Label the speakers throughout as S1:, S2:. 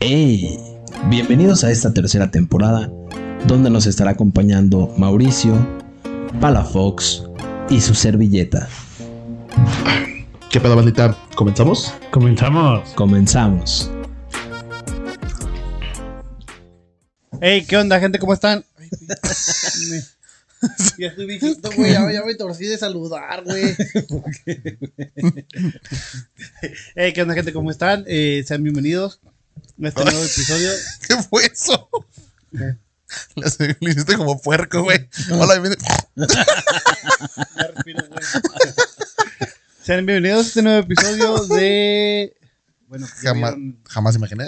S1: ¡Hey! Bienvenidos a esta tercera temporada, donde nos estará acompañando Mauricio, Palafox y su servilleta.
S2: ¿Qué pedo, bandita? ¿Comenzamos?
S3: Comenzamos.
S1: Comenzamos.
S4: Hey, ¿qué onda, gente? ¿Cómo están? Ay, güey. Me-
S5: Ya estoy viejito, güey. Ya, ya me torcí de saludar, güey.
S4: Hey, ¿qué onda, gente? ¿Cómo están? Eh, sean bienvenidos a este nuevo episodio.
S5: ¿Qué fue eso? Le hace- le hiciste como puerco, güey. Hola, bienvenido.
S4: Ya respiro, güey. Sean bienvenidos a este nuevo episodio de. Bueno, pues, ya
S5: Jamás,
S4: vieron,
S5: jamás imaginé.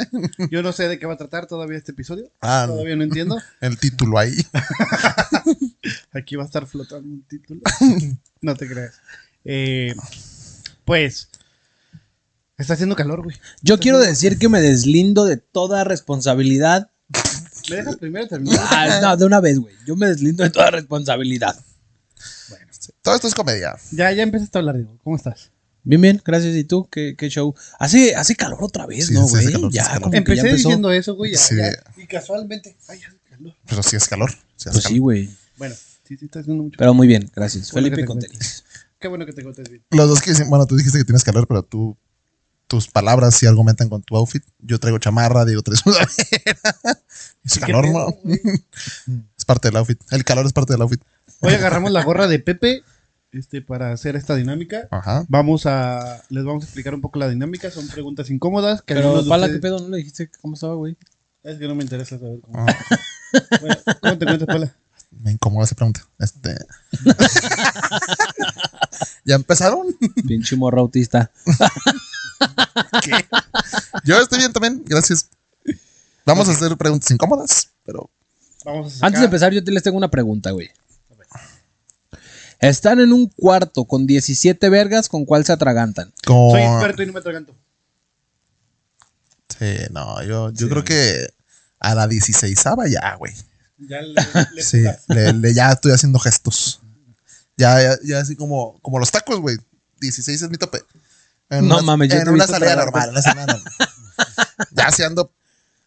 S4: yo no sé de qué va a tratar todavía este episodio.
S5: Ah,
S4: Todavía no entiendo.
S5: el título ahí.
S4: Aquí va a estar flotando un título. No te creas. Eh, pues. Está haciendo calor, güey.
S1: Yo quiero decir que me deslindo de toda responsabilidad.
S4: ¿Me dejas primero terminar?
S1: Ah, no, de una vez, güey. Yo me deslindo de toda responsabilidad.
S5: Todo esto es comedia.
S4: Ya, ya empezaste a hablar, Diego. ¿Cómo estás?
S1: Bien, bien, gracias. ¿Y tú? ¿Qué, qué show? Hace, hace calor otra vez,
S5: Sí,
S1: ¿no,
S5: sí, hace
S1: güey?
S5: calor, sí, hace
S1: Ya,
S5: calor.
S1: como que ya
S4: Empecé
S1: empezó.
S4: diciendo eso, güey. ya,
S5: Sí.
S4: ya. Y casualmente. Ay, hace calor.
S5: Pero sí es calor. Sí es
S1: Pues sí,
S5: calor.
S1: güey.
S4: Bueno, sí, sí, está haciendo mucho
S1: Pero muy bien, gracias.
S4: Bueno, que
S1: Felipe
S4: te
S1: con
S4: cuentes.
S1: tenis.
S4: Qué bueno que te contes bien.
S5: Los dos que dicen, bueno, tú dijiste que tienes calor, pero tú, tus palabras sí argumentan con tu outfit. Yo traigo chamarra, digo tres sudadera. Es calor, ¿no? Es parte del outfit. El calor es parte del outfit.
S4: Hoy agarramos la gorra de Pepe este, para hacer esta dinámica.
S5: Ajá.
S4: Vamos a. Les vamos a explicar un poco la dinámica. Son preguntas incómodas. Que algunos
S1: Pero,
S4: de
S1: Pala, ¿qué
S4: ustedes-
S1: pedo? ¿No le dijiste cómo estaba, güey?
S4: Es que no me interesa saber cómo.
S5: Ah.
S4: Bueno, ¿Cómo te cuentas, Pala?
S5: Me incomoda esa pregunta. Este. ¿Ya empezaron?
S1: Pinche morro autista.
S5: ¿Qué? Yo estoy bien también, gracias. Vamos a hacer preguntas incómodas, pero
S4: Vamos a sacar-
S1: Antes de empezar, yo te les tengo una pregunta, güey. Están en un cuarto con 17 vergas, ¿con cuál se atragantan?
S5: con.
S4: Soy experto y no me atraganto.
S5: Sí, no, yo, yo creo que a la 16ava ya, güey.
S4: Ya le, le
S5: Sí, le, le- ya estoy haciendo gestos. Ya, ya, ya así como, como los tacos, güey. 16 es mi tope. En
S1: No
S5: una-
S1: mames, yo te
S5: en
S1: he
S5: una
S1: visto
S5: salida
S1: tragar
S5: normal, en una salida normal. ya si ando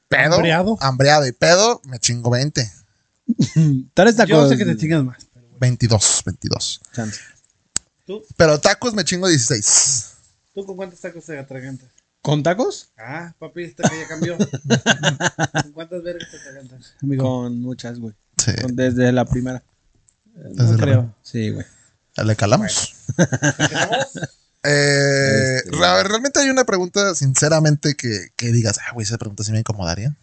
S5: pedo,
S4: Hambreado.
S5: hambreado y pedo, me chingo 20,
S1: Tal está
S4: Yo
S1: con-
S4: sé que te chingas más.
S5: 22, 22.
S1: Chance.
S4: ¿Tú,
S5: Pero tacos me chingo 16.
S4: ¿Tú con cuántos tacos te atragantas?
S1: ¿Con tacos?
S4: Ah, papi, esta que ya cambió. ¿Con cuántas vergas te atragantas? Amigo.
S1: Con muchas, güey.
S5: Sí,
S1: Con- Desde la primera.
S5: Eh, desde la-
S4: creo.
S1: Sí, güey.
S5: le calamos. Eh,
S1: Este.
S5: ra- Realmente hay una pregunta, sinceramente, que, que digas, ah, güey, esa pregunta sí me incomodaría.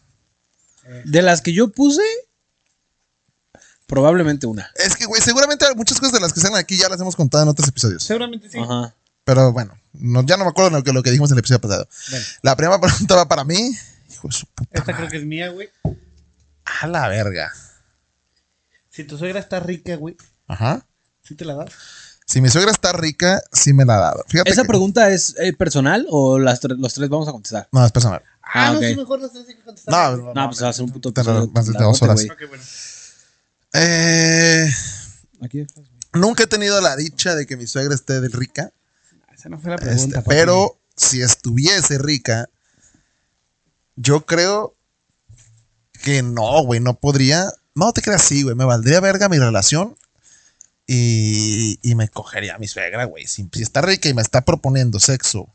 S1: De las que yo puse, probablemente una.
S5: Es que, güey, seguramente muchas cosas de las que salen aquí ya las hemos contado en otros episodios.
S4: Seguramente sí.
S1: Ajá.
S5: Pero bueno, no- ya no me acuerdo lo que, lo que dijimos en el episodio pasado.
S4: Bueno.
S5: La primera pregunta va para mí. Hijo de su puta.
S4: Esta creo que es mía, güey.
S5: A la verga.
S4: Si tu suegra está rica, güey,
S5: Ajá.
S4: ¿sí te la das?
S5: Si mi suegra está rica, sí me la ha dado. Fíjate
S1: ¿Esa
S5: que-
S1: pregunta es eh, personal o las tre- los tres vamos a contestar?
S5: No, es personal.
S1: Ah, ok.
S4: mejor las tres hay que contestar.
S5: No, no,
S1: No, pues va a ser un puto
S5: Te la-
S1: episodio
S5: más de dos
S1: largote,
S5: horas.
S1: güey.
S4: Ok, bueno.
S5: Eh,
S1: Aquí.
S5: nunca he tenido la dicha de que mi suegra esté de rica.
S4: Ah, Esa no fue la
S5: Este,
S4: pregunta, papi.
S5: pero si estuviese rica, yo creo que no, güey, no podría. No te creas así, güey. Me valdría verga mi relación y, y me cogería a mi suegra, güey. Si, si está rica y me está proponiendo sexo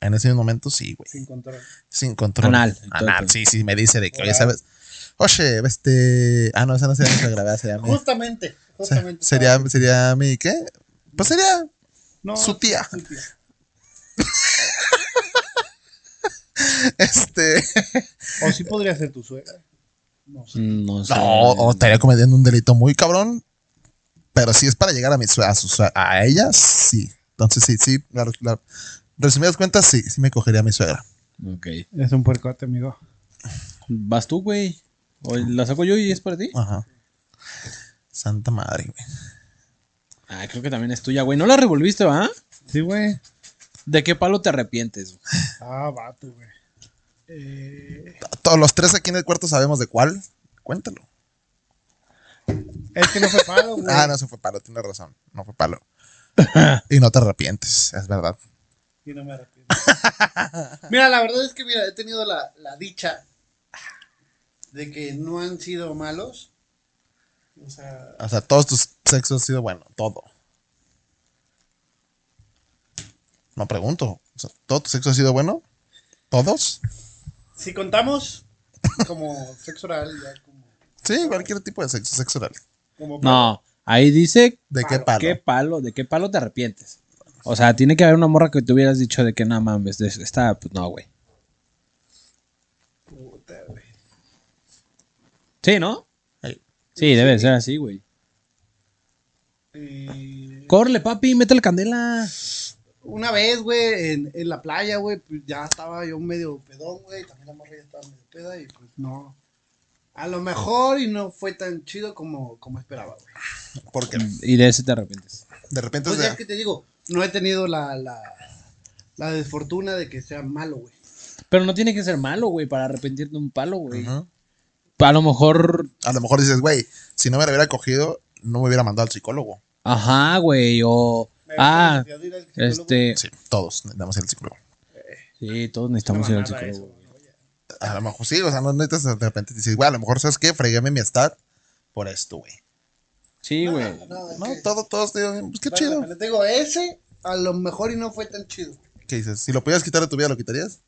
S5: en ese momento, sí, güey.
S4: Sin control.
S5: Sin control.
S1: Anal, entonces.
S5: Anal, sí, sí, me dice de que, oye, ¿sabes? Oye, este. Ah, no, esa no sería mi suegra, ¿verdad? Sería mi.
S4: Justamente,
S5: se-
S4: justamente.
S5: Sería, sería mi, ¿qué? Pues sería
S4: No,
S5: su tía.
S4: su tía.
S5: Este.
S4: O sí podría ser tu suegra. No sé.
S1: Mm, No, sé.
S5: No, o estaría cometiendo un delito muy cabrón. Pero si es para llegar a mi sue- a, su sue- a ella, sí. Entonces, sí, sí. la- la- resumidas cuentas, sí, sí me cogería a mi suegra.
S1: Ok.
S4: Es un puercote, amigo.
S1: Vas tú, güey. O la saco yo y es para ti.
S5: Ajá. Santa madre, güey.
S1: Ah, creo que también es tuya, güey. No la revolviste, ¿va?
S4: Sí, güey.
S1: ¿De qué palo te arrepientes? güey?
S4: Ah, vato, güey. Eh,
S5: Todos los tres aquí en el cuarto sabemos de cuál. Cuéntalo.
S4: es que no fue palo, güey.
S5: Ah, no, se fue palo, tienes razón. No fue palo. y no te arrepientes, es verdad.
S4: Y no me arrepiento. mira, la verdad es que, mira, he tenido la, la dicha de que no han sido malos. O sea,
S5: O sea, todos tus sexos han sido bueno, todo. No pregunto. O sea, ¿Todo tu sexo ha sido bueno? ¿Todos?
S4: si contamos como sexo oral, ya como.
S5: Sí, cualquier tipo de sexo sexual.
S4: como
S3: No, ahí dice
S5: ¿De qué
S4: Palo.
S5: palo?
S3: qué palo, de qué palo te arrepientes. O sea, tiene que haber una morra que te hubieras dicho de que no mames, de- esta, pues no, güey.
S4: puta, güey.
S3: Sí, ¿no?
S5: Ey.
S3: Sí, debe ser así, güey.
S4: Eh,
S3: Corle, papi, mete la candela.
S4: Una vez, güey, en, en la playa, güey, pues ya estaba yo medio pedón, güey. También la morra ya estaba medio peda y pues no. A lo mejor y no fue tan chido como, como esperaba, güey.
S5: Porque
S3: Y de ese te arrepientes.
S5: de repente...
S4: Pues
S5: o sea,
S4: ya que te digo, no he tenido la, la, la desfortuna de que sea malo, güey.
S3: Pero no tiene que ser malo, güey, para arrepentirte de un palo, güey.
S5: Ujú.
S3: A lo mejor,
S5: A lo mejor dices, güey, si no me la hubiera cogido, no me hubiera mandado al psicólogo.
S3: ajá, güey, o... Ah,
S4: Ya dirás que psicólogo-
S3: este...
S5: Sí, todos necesitamos ir al psicólogo.
S3: Sí, todos necesitamos ir al
S4: mamada
S3: psicólogo.
S4: eso,
S3: güey.
S4: ¿no? Ya.
S5: A lo mejor sí, o sea, no necesitas de repente dices, güey, a lo mejor, ¿sabes qué? Freguéme mi amistad por esto, güey.
S3: Sí, güey.
S4: No, es
S5: No,
S4: que-
S5: todo, todos, te digo, pues qué
S4: vale la
S5: chido.
S4: pena. Te digo, ese a lo mejor y no fue tan chido.
S5: ¿Qué dices? Si lo pudieras quitar de tu vida, ¿lo quitarías?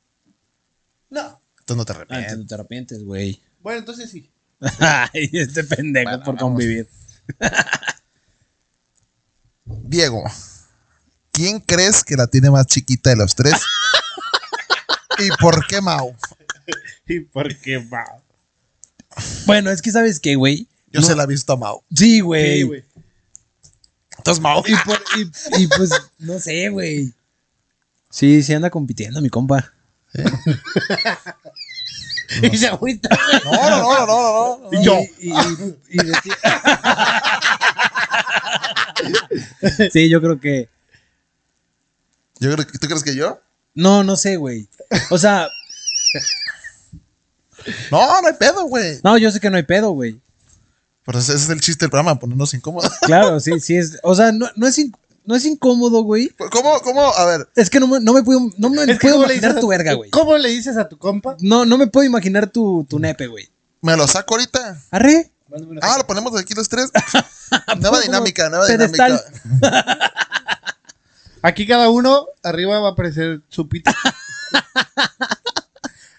S4: No.
S5: Entonces no te
S3: Ah, entonces
S5: arrepientes.
S3: no te arrepientes, güey.
S4: Bueno, entonces sí.
S3: Ay, este pendejo
S5: Bueno,
S3: por
S5: vamos.
S3: convivir.
S5: Diego, ¿quién crees que la tiene más chiquita de los tres? ¿Y por qué Mau?
S4: ¿Y por qué va?
S3: Bueno, es que sabes qué, güey.
S5: Yo
S3: No-
S5: se la he visto a Mau.
S3: Sí,
S4: Sí,
S3: güey.
S4: güey.
S5: Entonces, Mau.
S3: y, por- y- y, pues, no sé, güey. Sí, sí anda compitiendo, mi compa.
S5: ¿Eh?
S3: y se agüita. güey.
S5: No, no, no, no, no, no, no.
S3: Y- y- y- y decir- sí, yo creo que.
S5: Yo creo que- ¿Tú crees que yo?
S3: No, no sé, güey. O sea,
S5: No, no hay pedo, güey.
S3: no, yo sé que no hay pedo, güey.
S5: Pero ese ese es el chiste del programa, ponernos incómodos.
S3: Claro, sí, sí es. O sea, no, no es, inc- no es incómodo, güey.
S5: ¿Cómo, cómo? A ver,
S3: Es que no me, no me puedo, no me
S4: Es que
S3: puedo
S4: ¿cómo le
S3: imaginar
S4: dices a-
S3: tu verga, güey.
S4: ¿Cómo le dices a tu compa?
S3: No, no me puedo imaginar tu, tu nepe, güey.
S5: ¿me lo saco ahorita?
S3: ¿Arre?
S4: Mándame una
S5: Ah,
S4: foto.
S5: lo ponemos aquí los tres. Nueva dinámica, nueva
S3: Pedestal.
S5: dinámica.
S4: Aquí cada uno, arriba va a aparecer su pito.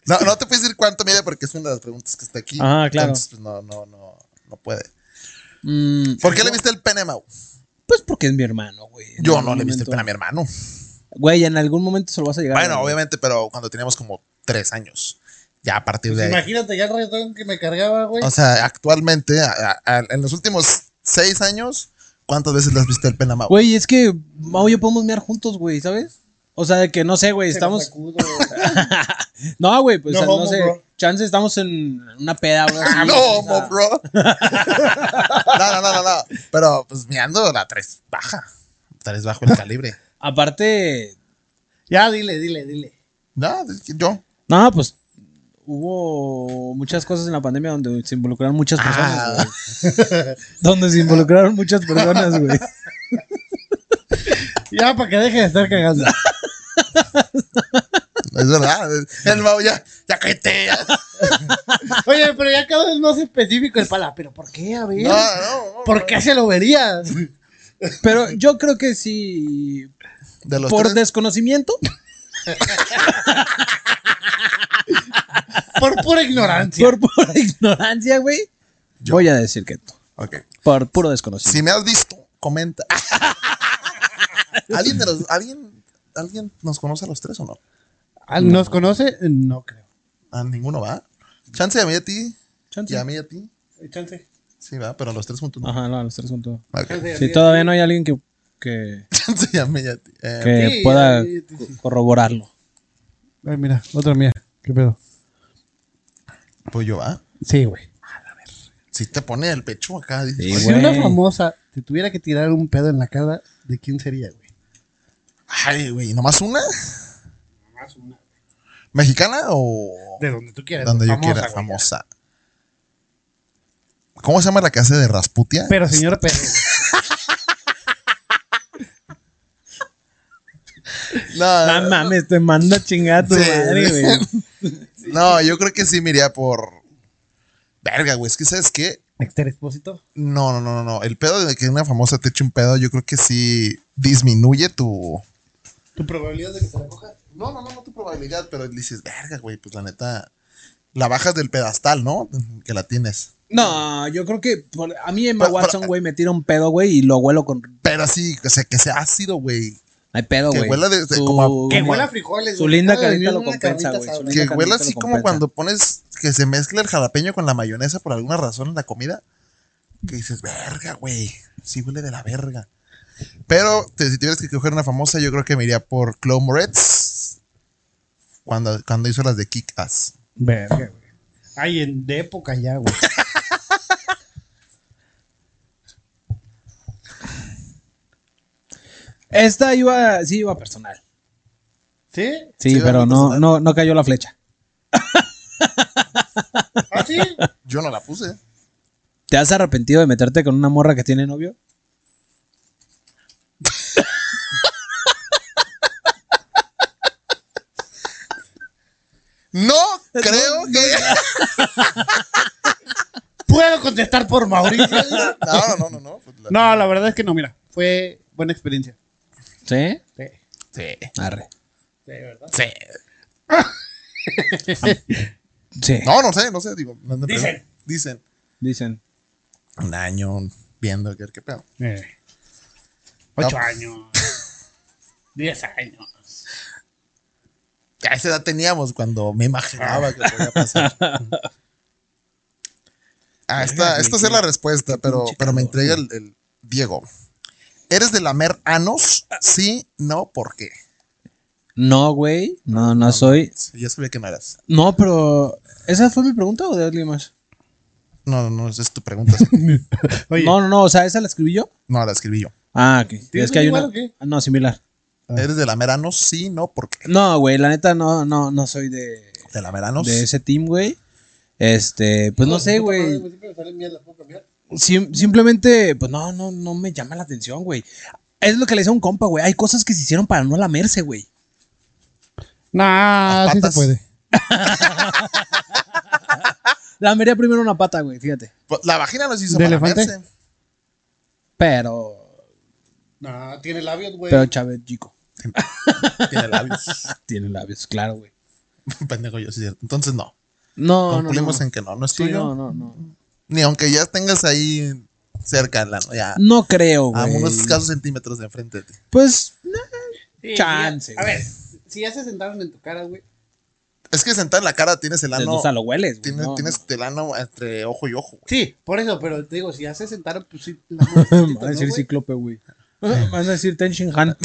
S5: No, no te puedes decir cuánto mide porque es una de las preguntas que está aquí.
S3: Ah, claro.
S5: Entonces, pues, no, no, no, no puede.
S3: Mm,
S5: ¿Por qué le viste el pene, Mau?
S3: pues porque es mi hermano, güey. En
S5: Yo
S3: algún
S5: no le viste el
S3: momento-
S5: pene a mi hermano.
S3: Güey, en algún momento se lo vas a llegar.
S5: Bueno,
S3: güey.
S5: obviamente, pero cuando teníamos como tres años. Ya a
S3: Pues
S5: partir de ahí.
S4: Imagínate ya el reggaetón que me cargaba, güey.
S5: Pues, O sea, actualmente, a- a- a- en los últimos seis años, ¿cuántas veces le has visto el pene a Mau?
S3: Güey, es que Mau y yo podemos mear juntos, güey, ¿sabes? O sea, de que no sé, güey,
S4: Se lo
S3: estamos.
S4: sacudo.
S3: No, güey, pues
S4: No
S3: o sea, no,
S4: homo,
S3: sé.
S4: bro.
S3: Chance estamos en una peda, güey. así,
S5: Ah, no,
S3: o sea,
S5: homo, bro. no, no, no, no, no. Pero pues mirando la tres baja. Tres bajo el calibre.
S3: Aparte,
S4: ya, dile, dile, dile.
S5: No, es que yo.
S3: no, pues hubo muchas cosas en la pandemia donde se involucraron muchas personas,
S5: Ah.
S3: güey. donde se involucraron muchas personas, güey.
S4: Ya, para que deje de estar cagando.
S5: Es verdad. El Mau ya, ya cállate. ya.
S4: Oye, pero ya cada vez más específico el pala. ¿Pero por qué? A ver.
S5: No, no, no.
S4: ¿Por qué se lo verías?
S3: Pero yo creo que sí,
S5: De los
S3: por
S5: tres,
S3: desconocimiento,
S4: Por pura ignorancia.
S3: por pura ignorancia, güey,
S5: Yo.
S3: voy a decir que no.
S5: Ok.
S3: Por puro desconocimiento.
S5: Si me has visto, comenta. ¿Alguien, de los, ¿alguien, ¿Alguien nos conoce a los tres o no?
S4: Ah, ¿Nos conoce? No creo.
S5: A ninguno va. Chance a mí y a ti.
S3: Chance.
S5: Y a mí y a ti.
S4: Chance.
S5: Sí, va, pero a los tres juntos no.
S3: Ajá, no, los tres juntos.
S5: Ok.
S3: Si todavía no hay alguien que, que,
S5: Chance y a mí y a ti. Eh,
S3: que
S4: Sí,
S3: pueda
S4: sí, sí,
S3: co- corroborarlo.
S4: Ay, mira, otra mía. ¿Qué pedo?
S5: Pues yo va.
S4: Sí, güey.
S5: Si te pone el pecho acá. dices,
S3: Sí,
S5: "Ay,
S4: Si
S3: Güey.
S4: una famosa te tuviera que tirar un pedo en la cara, ¿de quién sería, güey?
S5: Ay, güey, ¿nomás una? ¿Mexicana o
S4: De donde tú quieras.
S5: donde yo quiera?
S4: güey.
S5: Famosa. ¿Cómo se llama la que hace de Rasputia?
S4: Pero señor Pedro. güey.
S5: No,
S3: Ah, No mames, te manda Ah, chingada tu
S5: Sí.
S3: madre, güey.
S5: no, yo creo que sí me iría por. Verga, güey, es que ¿sabes qué?
S4: Dexter Expósito.
S5: No, no, no, no, no. El pedo de que una famosa te eche un pedo, yo creo que sí disminuye tu.
S4: ¿Tu probabilidad de que te la coja?
S5: No, no, no, no tu probabilidad, pero dices, verga, güey, pues la neta. La bajas del pedestal, ¿no? Que la tienes.
S3: No, yo creo que por- a mí Emma
S5: Pero- pero-
S4: eh,
S3: Watson, güey, me tira un pedo, güey, y lo huelo con...
S5: Pero sí, o sea, que sea ácido, güey.
S3: Hay pedo,
S5: Que
S3: güey.
S5: huela de- de-
S3: Su-
S5: como a-
S4: Que
S5: como
S4: huela a frijoles.
S3: Su
S4: güey.
S3: linda
S4: Acaba de
S3: carita
S4: venir
S3: lo
S4: una
S3: compensa,
S4: carnita
S3: güey. Su
S4: asada.
S3: linda
S5: Que
S3: carnita
S5: huela
S3: lo
S5: así como
S3: compensa.
S5: cuando pones que se mezcla el jalapeño con la mayonesa por alguna razón en la comida. Que dices, verga, güey. Sí huele de la verga. Pero te- si tuvieras que coger una famosa, yo creo que me iría por Chloe Moretz. Cuando, cuando hizo las de Kick Ass.
S4: Verga, güey. Ay, en, de época ya, güey.
S3: Esta iba, sí iba personal.
S4: ¿Sí?
S3: Sí,
S5: Sí,
S3: pero
S5: iba
S3: no,
S5: personal.
S3: no, no cayó la flecha.
S4: ¿Ah, sí?
S5: Yo no la puse.
S3: ¿Te has arrepentido de meterte con una morra que tiene novio?
S5: No creo que.
S4: Puedo contestar por Mauricio.
S5: No, no, no, no. pues la-
S4: No, la verdad es que no, mira. Fue buena experiencia.
S3: ¿Sí?
S4: Sí.
S5: Sí,
S3: Arre.
S4: ¿verdad?
S5: sí.
S3: Sí.
S5: No, no sé, no sé. Digo, no- no-
S4: Dicen.
S5: Dicen.
S3: Dicen.
S5: Un año viendo qué, qué pedo.
S4: Eh, Ocho
S5: No.
S4: años. Diez años.
S5: Que A esa edad teníamos cuando me imaginaba que podía pasar. Ah, esta, esta es la respuesta, pero, pero me entrega el, el Diego. ¿Eres de lamer anos? Sí, no, ¿por qué?
S3: No, güey. No, no soy.
S5: Sí, Ya sabía que no eras.
S3: No, pero. ¿Esa fue mi pregunta o de alguien más?
S5: No, no, esa es tu pregunta.
S4: Oye,
S3: No, no, no. O sea, esa la escribí yo.
S5: No, la escribí yo.
S3: Ah, ok.
S4: ¿Tienes
S3: Es que hay
S4: igual
S3: una.
S4: o qué?
S3: Ah, No, similar.
S5: ¿Eres de lamer anos? Sí, no, ¿por qué?
S3: No, güey. La neta, no, no, no soy de.
S5: ¿De lamer anos?
S3: De ese team, güey. Este, pues no sé, güey. Sim- simplemente, pues no, no, no me llama la atención, güey. Es lo que le decía a un compa, güey. Hay cosas que se hicieron para no lamerse, güey.
S4: Nah,
S3: Ah,
S5: Las
S4: sí se
S5: patas.
S4: puede.
S3: Lamería primero una pata, güey, fíjate.
S5: Pues, La vagina nos hizo
S4: ¿De
S5: para
S4: elefante?
S5: lamerse.
S3: Pero,
S4: Nah, tiene labios, güey.
S3: pero Chávez Chico
S5: Tiene labios.
S3: tiene labios, claro, güey.
S5: Pendejo yo, sí, cierto. Entonces no.
S3: No, no, no.
S5: Concluimos en que no, no es
S3: Sí,
S5: tuyo.
S3: no, no, no.
S5: Ni aunque ya tengas ahí cerca, la, ya.
S3: No creo,
S5: A
S3: güey.
S5: unos escasos centímetros de enfrente de ti.
S3: Pues, no.
S4: Sí,
S3: Chance,
S4: mira, A
S3: güey.
S4: ver, si ya se sentaron en tu cara, güey.
S5: Es que sentar en la cara tienes el ano.
S3: o sea, lo hueles, güey.
S5: tienes
S3: no,
S5: tienes el ano entre ojo y ojo, güey.
S4: Sí, por eso, pero te digo, si ya se sentaron, pues sí. la mueves
S3: no.
S4: tantito,
S3: Van a decir
S4: ¿no, güey?
S3: cíclope, güey. Van a decir Ten Shin Han.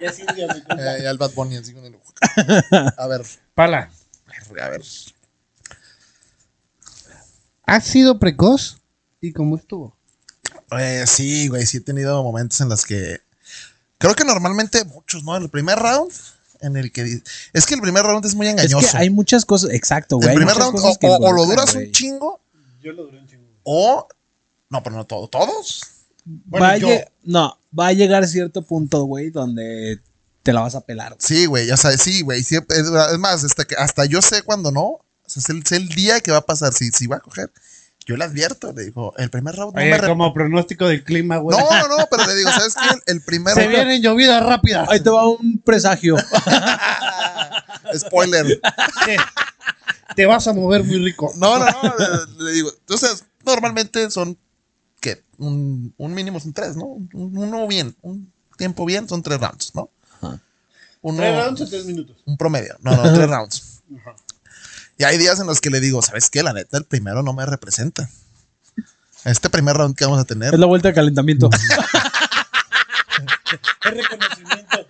S4: Ya sí, ya me compa.
S5: Eh, y al Bad Bunny así con el ojo. A ver,
S4: Pala,
S5: a ver.
S4: ¿has sido precoz? ¿Y cómo estuvo?
S5: Eh, sí, güey, sí he tenido momentos en los que. Creo que normalmente muchos, ¿no? En el primer round, en el que. di- Es que el primer round es muy
S3: Es
S5: engañoso.
S3: que hay muchas cosas, exacto, güey.
S5: el
S3: hay
S5: primer
S3: muchas
S5: round,
S3: cosas
S5: o,
S3: que
S5: o- o lo
S3: involucran,
S5: duras
S3: güey.
S5: un chingo,
S4: Yo lo duré un chingo.
S5: o. No, pero no todo, todos.
S3: va a
S4: yo-
S3: lle- No, va a llegar cierto punto, güey, donde te la vas a pelar.
S5: Sí, güey, o sea, sí, güey. siempre- Es, es más, hasta, que- hasta yo sé cuando no. O sea, sé el, sé el día que va a pasar. Si, si va a coger, yo le advierto. Le digo, el primer round no
S4: Oye,
S5: me re-
S4: como pronóstico del clima, güey.
S5: No, no, no, pero le digo, ¿sabes qué? El, el primer
S4: se
S5: round.
S4: vienen llovidas rápidas.
S3: Ahí te va un presagio.
S5: Spoiler.
S4: Te, te vas a mover muy rico.
S5: No, no, no. Le, le digo, entonces, normalmente son. ¿Qué? Un, un mínimo son tres, ¿no? Un- Uno bien. Un tiempo bien son tres rounds, ¿no?
S3: Ajá.
S5: Uno,
S4: Tres rounds o tres minutos.
S5: Un promedio. No, no, tres rounds. Y hay días en los que le digo, ¿sabes qué? La neta, el primero no me representa. Este primer round que vamos a tener.
S3: Es la vuelta de calentamiento.
S4: Es reconocimiento.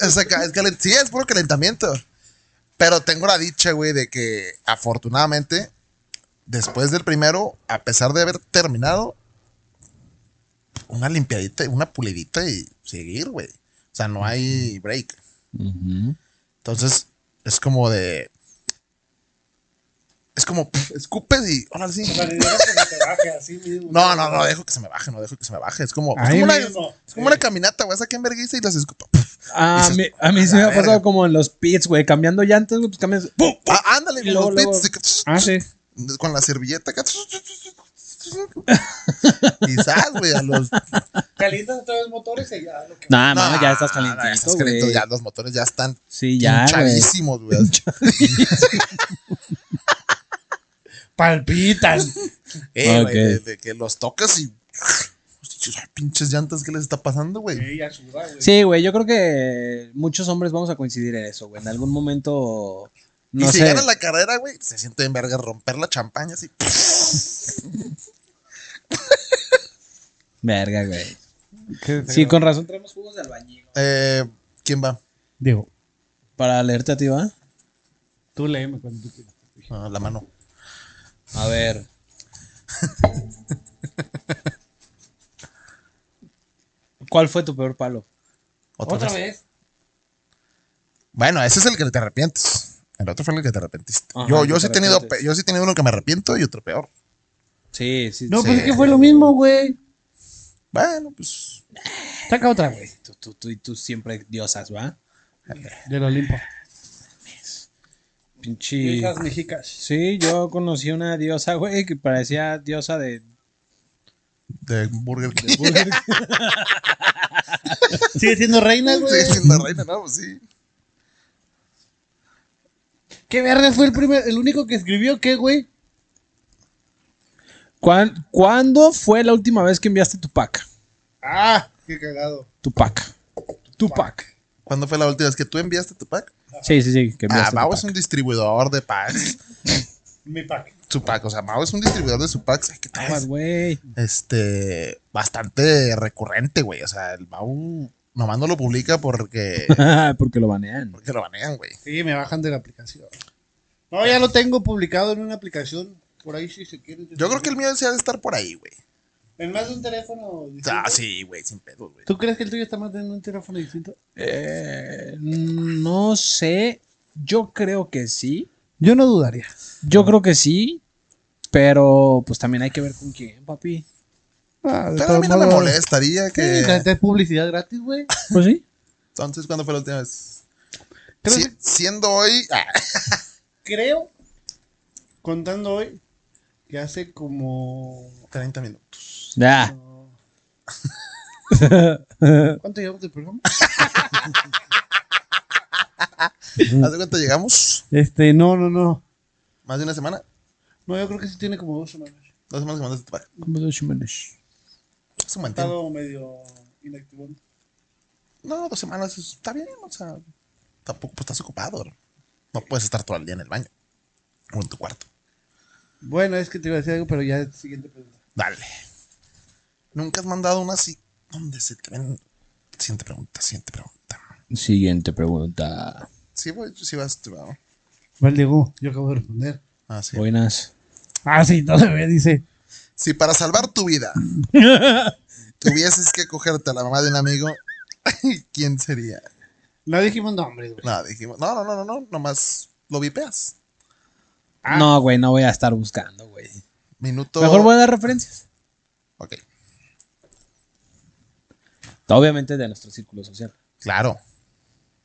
S5: es acá, es calen- sí, es puro calentamiento. Pero tengo la dicha, güey, de que afortunadamente, después del primero, a pesar de haber terminado, una limpiadita, una pulidita y seguir, güey. O sea, no hay break. Entonces, es como de. es como, pff, escupes y, órale, sí.
S4: O sea, ni dejas que se te baje así mismo.
S5: No, no, no, dejo que se me baje, no dejo que se me baje. Es como, es
S3: Ahí
S5: como, una,
S4: mismo.
S5: es como una caminata, güey. Saqué en vergüenza y las escupo. Pff.
S3: A
S5: Dices,
S3: mí, a mí sí me
S5: "A
S3: ha
S5: la
S3: pasado
S5: verga".
S3: como en los pits, güey. Cambiando llantas, güey, pues cambias. ¡Pum!
S5: Ah, ándale,
S3: Y luego,
S5: los
S3: luego-
S5: pits, de que, tss,
S3: Ah, sí.
S5: con la servilleta acá. Quizás, güey, a los.
S4: Calientas otra vez motores y ya lo que.
S3: Nah, mano,
S5: Nah,
S3: Ah, ya estás
S5: ya estás
S3: calentito,
S5: calentito,
S3: güey.
S5: ya los motores ya están
S3: Sí, ya, güey.
S5: hinchadísimos, güey.
S4: Palpitan.
S5: Eh,
S3: Ok.
S5: güey, de, de que los tocas y. Ay, Pinches llantas, ¿qué les está pasando, güey?
S4: Sí, ya suda, güey.
S3: Sí, güey, yo creo que muchos hombres vamos a coincidir en eso, güey. En algún momento. No
S5: y si
S3: sé.
S5: ganas la carrera, güey, se siente en verga romper la champaña así.
S3: Verga, güey. Sí, con razón traemos jugos de albañil.
S5: Eh, ¿Quién va?
S4: Diego,
S3: Para leerte a ti, ¿va?
S4: tú léeme cuando tú quieras.
S5: Ah, la mano.
S3: A ver. ¿Cuál fue tu peor palo?
S5: Otra, vez. Bueno, ese es el que te arrepientes. El otro fue el que te arrepentiste.
S3: Ajá,
S5: yo,
S3: el
S5: yo,
S3: que
S5: sí he
S3: te
S5: tenido,
S3: arrepientes.
S5: pe- yo sí he tenido uno que me arrepiento y otro peor.
S3: Sí, sí.
S4: No,
S3: sí.
S4: pues es que fue lo mismo, güey.
S5: Bueno, pues.
S4: Saca otra, güey.
S3: Tú, tú, tú y tú siempre diosas, ¿va?
S4: Del Olimpo.
S3: Pinche.
S4: mexicas.
S3: Sí, yo conocí una diosa, güey, que parecía diosa de.
S5: De Burger King.
S4: Sigue siendo reina, güey.
S5: Sí, la reina, no, pues sí.
S4: ¿Qué verga fue el primer, el único que escribió qué, güey?
S3: ¿Cuán- ¿Cuándo fue la última vez que enviaste tu pack?
S4: Ah, qué cagado.
S3: Tu pack. Tu pack.
S5: ¿Cuándo fue la última vez que tú enviaste tu pack?
S3: Sí, sí, sí. Que
S5: Ah,
S3: enviaste tu
S5: Mao es
S3: pack.
S5: un distribuidor de packs.
S4: Mi pack.
S5: Su pack, o sea, Mao es un distribuidor de su packs. Ay, ¿qué tal?
S3: Aguas, güey.
S5: este, bastante recurrente, güey. O sea, el Mau nomás no lo publica porque,
S3: Porque lo banean.
S5: porque lo banean, güey.
S4: Sí, me bajan de la aplicación. No, ya lo tengo publicado en una aplicación. Por ahí si se quiere.
S5: Yo creo que el mío se ha de estar por ahí, güey.
S4: En más de un teléfono distinto.
S5: Ah, sí, güey, sin pedo, güey.
S4: ¿Tú crees que el tuyo está más de un teléfono distinto?
S3: Eh, no sé. Yo creo que sí.
S4: Yo no dudaría.
S3: Yo creo que sí. Pero pues también hay que ver con quién, papi.
S4: Ah, de
S5: Pero a
S4: todos
S5: mí no me
S4: modos-
S5: molestaría
S4: Sí,
S5: que...
S4: la neta es publicidad gratis, güey.
S3: Pues sí.
S5: Entonces, ¿cuándo fue la última vez?
S4: Creo
S5: Si-
S4: que-
S5: siendo hoy... ah,
S4: Creo, contando hoy, que hace como.
S5: 30 minutos.
S3: Ya.
S4: ¿Cuánto llevamos del programa?
S5: ¿Hace cuánto llegamos?
S4: Este, no, no, no.
S5: ¿Más de una semana?
S4: No, yo creo que sí tiene como dos semanas.
S5: ¿Dos semanas Pues que mandaste tu pack?
S3: Como dos semanas.
S5: Es un
S4: Ha
S5: buen tiempo.
S4: estado medio inactivo.
S5: No, dos semanas es- está bien, o sea... Tampoco pues, estás ocupado. ¿no? No puedes estar todo el día en el baño. O en tu cuarto.
S4: Bueno, es que te iba a decir algo, pero ya siguiente pregunta.
S5: Dale. ¿Nunca has mandado una así donde se te ven? Siguiente pregunta, siguiente pregunta.
S3: Siguiente pregunta.
S5: Sí, voy, sí vas tú, ¿no?
S4: ¿Cuál llegó? Yo acabo de responder.
S5: Ah, sí.
S3: Buenas.
S4: Ah, sí, no se ve, dice.
S5: Si para salvar tu vida tuvieses que cogerte a la mamá de un amigo, ¿quién sería?
S4: No dijimos nombres, güey.
S5: No, dijimos, no, no, no, no, no, nomás lo vipeas.
S4: Ah.
S3: No, güey, no voy a estar buscando, güey.
S5: Minuto.
S3: Mejor voy a dar referencias.
S5: Ok,
S3: Obviamente de nuestro círculo social.
S5: claro.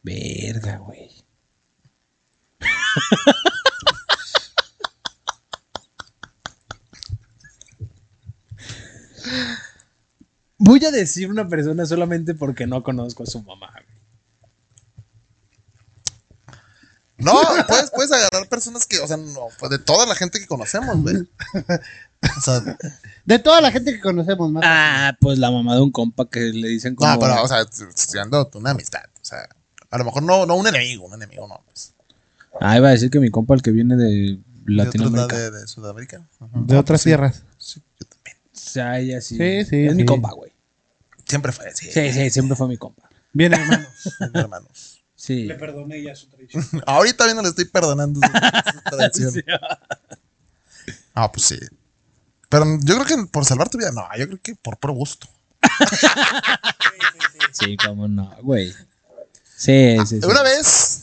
S3: Verga, güey. Voy a decir una persona solamente porque no conozco a su mamá. güey.
S5: No, puedes, puedes agarrar personas que, o sea, no, pues, de toda la gente que conocemos, güey. O sea, no,
S4: De toda la gente que conocemos, más.
S3: Ah, pues la mamá de un compa que le dicen como...
S5: Ah, pero, o sea, estudiando una amistad. O sea, a lo mejor no, no un enemigo, un enemigo no, pues.
S3: Ah, iba a decir que mi compa el que viene de
S5: de otro lado
S3: Latinoamérica.
S5: de, de Sudamérica. Ajá.
S4: de otras tierras.
S5: Sí, yo también.
S3: O sea, ella sí.
S4: Sí, sí,
S3: Es mi
S4: sí.
S3: compa, güey.
S5: Siempre fue así.
S3: Sí, sí, siempre fue mi compa.
S4: Bien, hermano.
S5: siempre, hermanos.
S3: Sí.
S4: Le perdoné ya su traición.
S5: Ahorita bien no le estoy perdonando su, su traición. Ah, pues sí. Pero yo creo que por salvar tu vida, no, yo creo que por puro gusto.
S3: Sí, cómo no, güey. Sí, sí, sí.
S5: Una vez,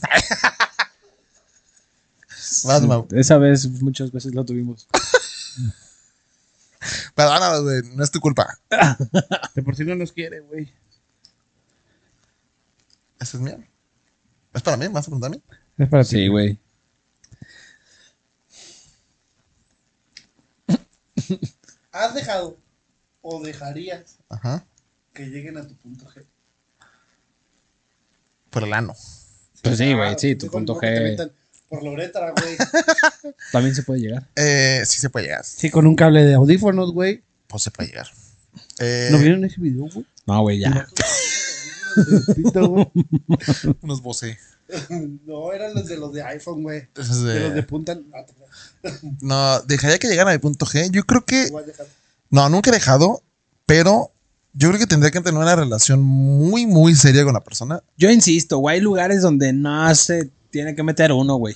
S5: Vas, Mau.
S3: Esa vez, muchas veces lo tuvimos.
S5: Perdónanos, güey. No es tu culpa.
S4: De por sí no nos quiere, güey.
S5: Esa es mía. Es para mí, más preguntarme.
S6: Es para ti.
S3: Sí, güey.
S4: ¿Has dejado o dejarías
S5: Ajá.
S4: que lleguen a tu punto G?
S5: Por el ano.
S3: Pues sí, güey,
S4: Ah,
S3: sí, tu
S4: digo,
S3: punto
S4: no, que te
S3: G
S4: metan Por la uretra, güey.
S3: también se puede llegar.
S5: Eh, sí se puede llegar.
S4: Sí, con un cable de audífonos, güey.
S5: Pues se puede llegar. Eh,
S4: ¿No vieron ese video, güey?
S3: No, güey, ya.
S4: Pito, güey.
S5: unos voces.
S4: No, eran los de los de iPhone, güey. De los de
S3: Eh.
S4: punta. Ah, te-
S5: No, dejaría que llegaran a mi punto G. Yo creo que.
S4: te voy a dejar.
S5: No, nunca he dejado, pero yo creo que tendría que tener una relación muy, muy seria con la persona.
S3: Yo insisto, güey, hay lugares donde no se tiene que meter uno, güey.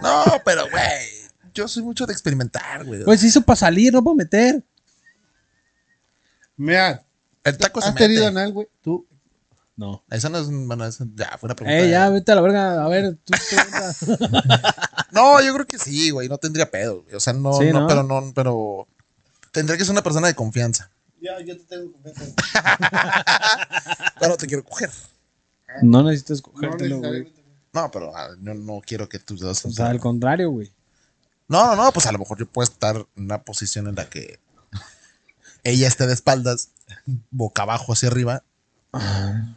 S5: No, pero güey, yo soy mucho de experimentar, güey.
S3: Pues hizo para salir, no para meter.
S4: Mira,
S5: el taco se
S4: ¿has tenido
S5: mete.
S4: anal, güey? Tú.
S3: No.
S5: Esa no es, un- bueno, esa ya fue una pregunta.
S3: Eh, ya, vete a la verga. A ver, tú pregunta.
S5: No, yo creo que sí, güey, no tendría pedo, güey. O sea, no,
S3: Sí,
S5: no,
S3: ¿no?
S5: pero no, pero tendría que ser una persona de confianza.
S4: Ya, yo te tengo confianza.
S5: Pero no te quiero coger.
S3: No necesitas
S4: No,
S3: cogértelo, güey.
S4: necesariamente.
S5: No, pero ah, no, no quiero que tus dedos.
S3: O sea, al contrario, güey.
S5: No, no, no, pues a lo mejor yo puedo estar en una posición en la que ella esté de espaldas, boca abajo hacia arriba.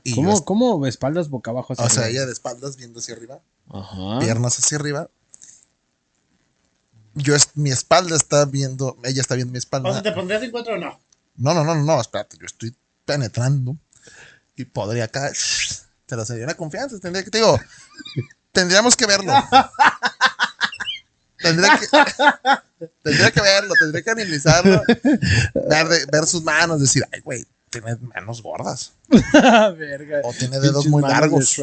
S5: y yo
S3: ¿Cómo,
S5: est-
S3: ¿Cómo espaldas boca abajo? hacia
S5: o sea,
S3: arriba?
S5: ella de espaldas viendo hacia arriba,
S3: Ajá.
S5: piernas hacia arriba. Yo, es- mi espalda está viendo, ella está viendo mi
S4: O sea,
S5: espalda.
S4: ¿te pondrías en cuatro o no?
S5: No, no, no, no, no, espérate, yo estoy penetrando y podría acá. Te lo sería una confianza, tendría que, te digo, tendríamos que verlo. Tendría que, tendría que verlo, tendría que analizarlo, ver, de- ver sus manos, decir, ay, güey, tiene manos gordas
S3: verga.
S5: o tiene dedos muy largos.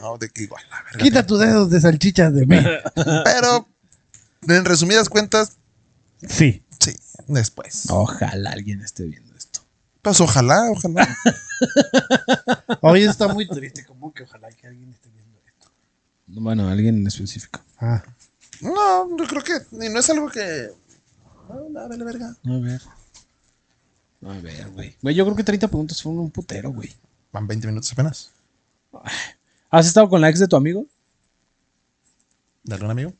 S5: No, de que igual, la verga.
S6: Quita tus dedos de salchichas de mí.
S5: Pero, en resumidas cuentas,
S6: Sí.
S5: sí, después.
S3: Ojalá alguien esté viendo esto.
S5: Pues ojalá, ojalá.
S4: Hoy está muy triste, como que ojalá que alguien esté viendo esto.
S3: Bueno, alguien en específico.
S6: Ah,
S5: No, yo creo que y no es algo que. No, no, vale, verga.
S3: A ver. A ver, güey. Güey, yo creo que 30 preguntas fueron un putero, güey.
S5: Van 20 minutos apenas.
S3: ¿Has estado con la ex de tu amigo?
S5: ¿De algún amigo?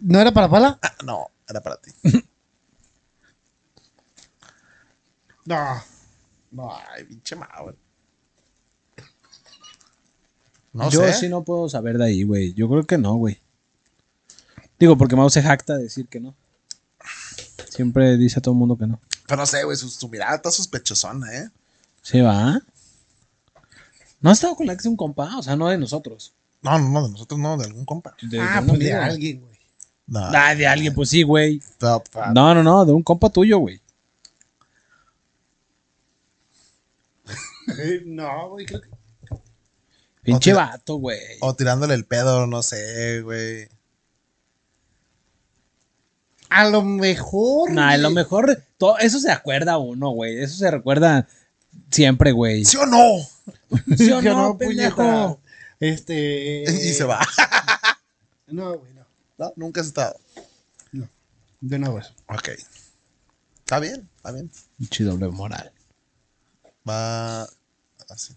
S6: ¿No era para pala?
S5: Ah, no, era para ti.
S4: No.
S5: No, ay, pinche Mau. No
S3: yo
S5: sé.
S3: sí no puedo saber de ahí, güey. Yo creo que no, güey. Digo, porque Mau se jacta de decir que no. Siempre dice a todo el mundo que no.
S5: Pero no sé, güey, su, su mirada está sospechosona, ¿eh?
S3: ¿Se va? ¿No has estado con la ex de un compa? O sea, no de nosotros.
S5: No, no, no, de nosotros no, de algún compa.
S3: De,
S4: ah,
S3: de un
S4: pues de
S3: amigo.
S4: alguien, güey.
S5: No,
S3: Ah, de alguien, pues sí, güey.
S5: no,
S4: Ah.
S5: pa-
S3: No, no, no, de un compa tuyo, güey.
S4: No, güey, creo que.
S3: Pinche
S5: Otra-
S3: vato, güey.
S5: O tirándole el pedo, no sé, güey.
S4: A lo mejor.
S3: Nah, a lo
S4: güey.
S3: mejor todo, eso se acuerda uno, güey. Eso se recuerda siempre, güey.
S5: ¿Sí o no?
S3: ¿Sí o
S4: Yo
S3: no,
S4: puñeta.
S3: pendejo?
S4: Este.
S5: y se va.
S4: No, güey, no.
S5: No, nunca has estado.
S4: De una vez.
S5: Ok. Está bien, está bien.
S3: Pinche doble moral.
S5: Va así.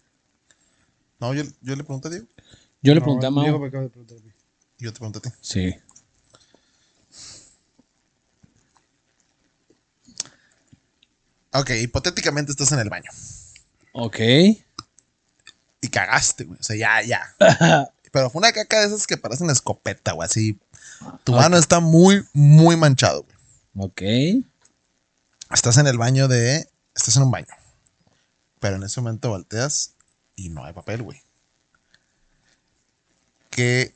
S5: No, yo, yo le pregunto a Diego
S3: Yo le
S4: No,
S3: pregunté a Mau.
S4: Diego me acaba de preguntar a mí.
S5: y yo te pregunto a ti.
S3: Sí.
S5: Ok, hipotéticamente estás en el baño
S3: Ok.
S5: y cagaste, güey. O sea, ya, ya. Pero fue una caca de esas que parecen escopeta, güey. Así. Tu mano está muy, muy manchado, güey.
S3: Ok.
S5: Estás en el baño de. Estás en un baño. Pero en ese momento volteas y no hay papel, güey. Que.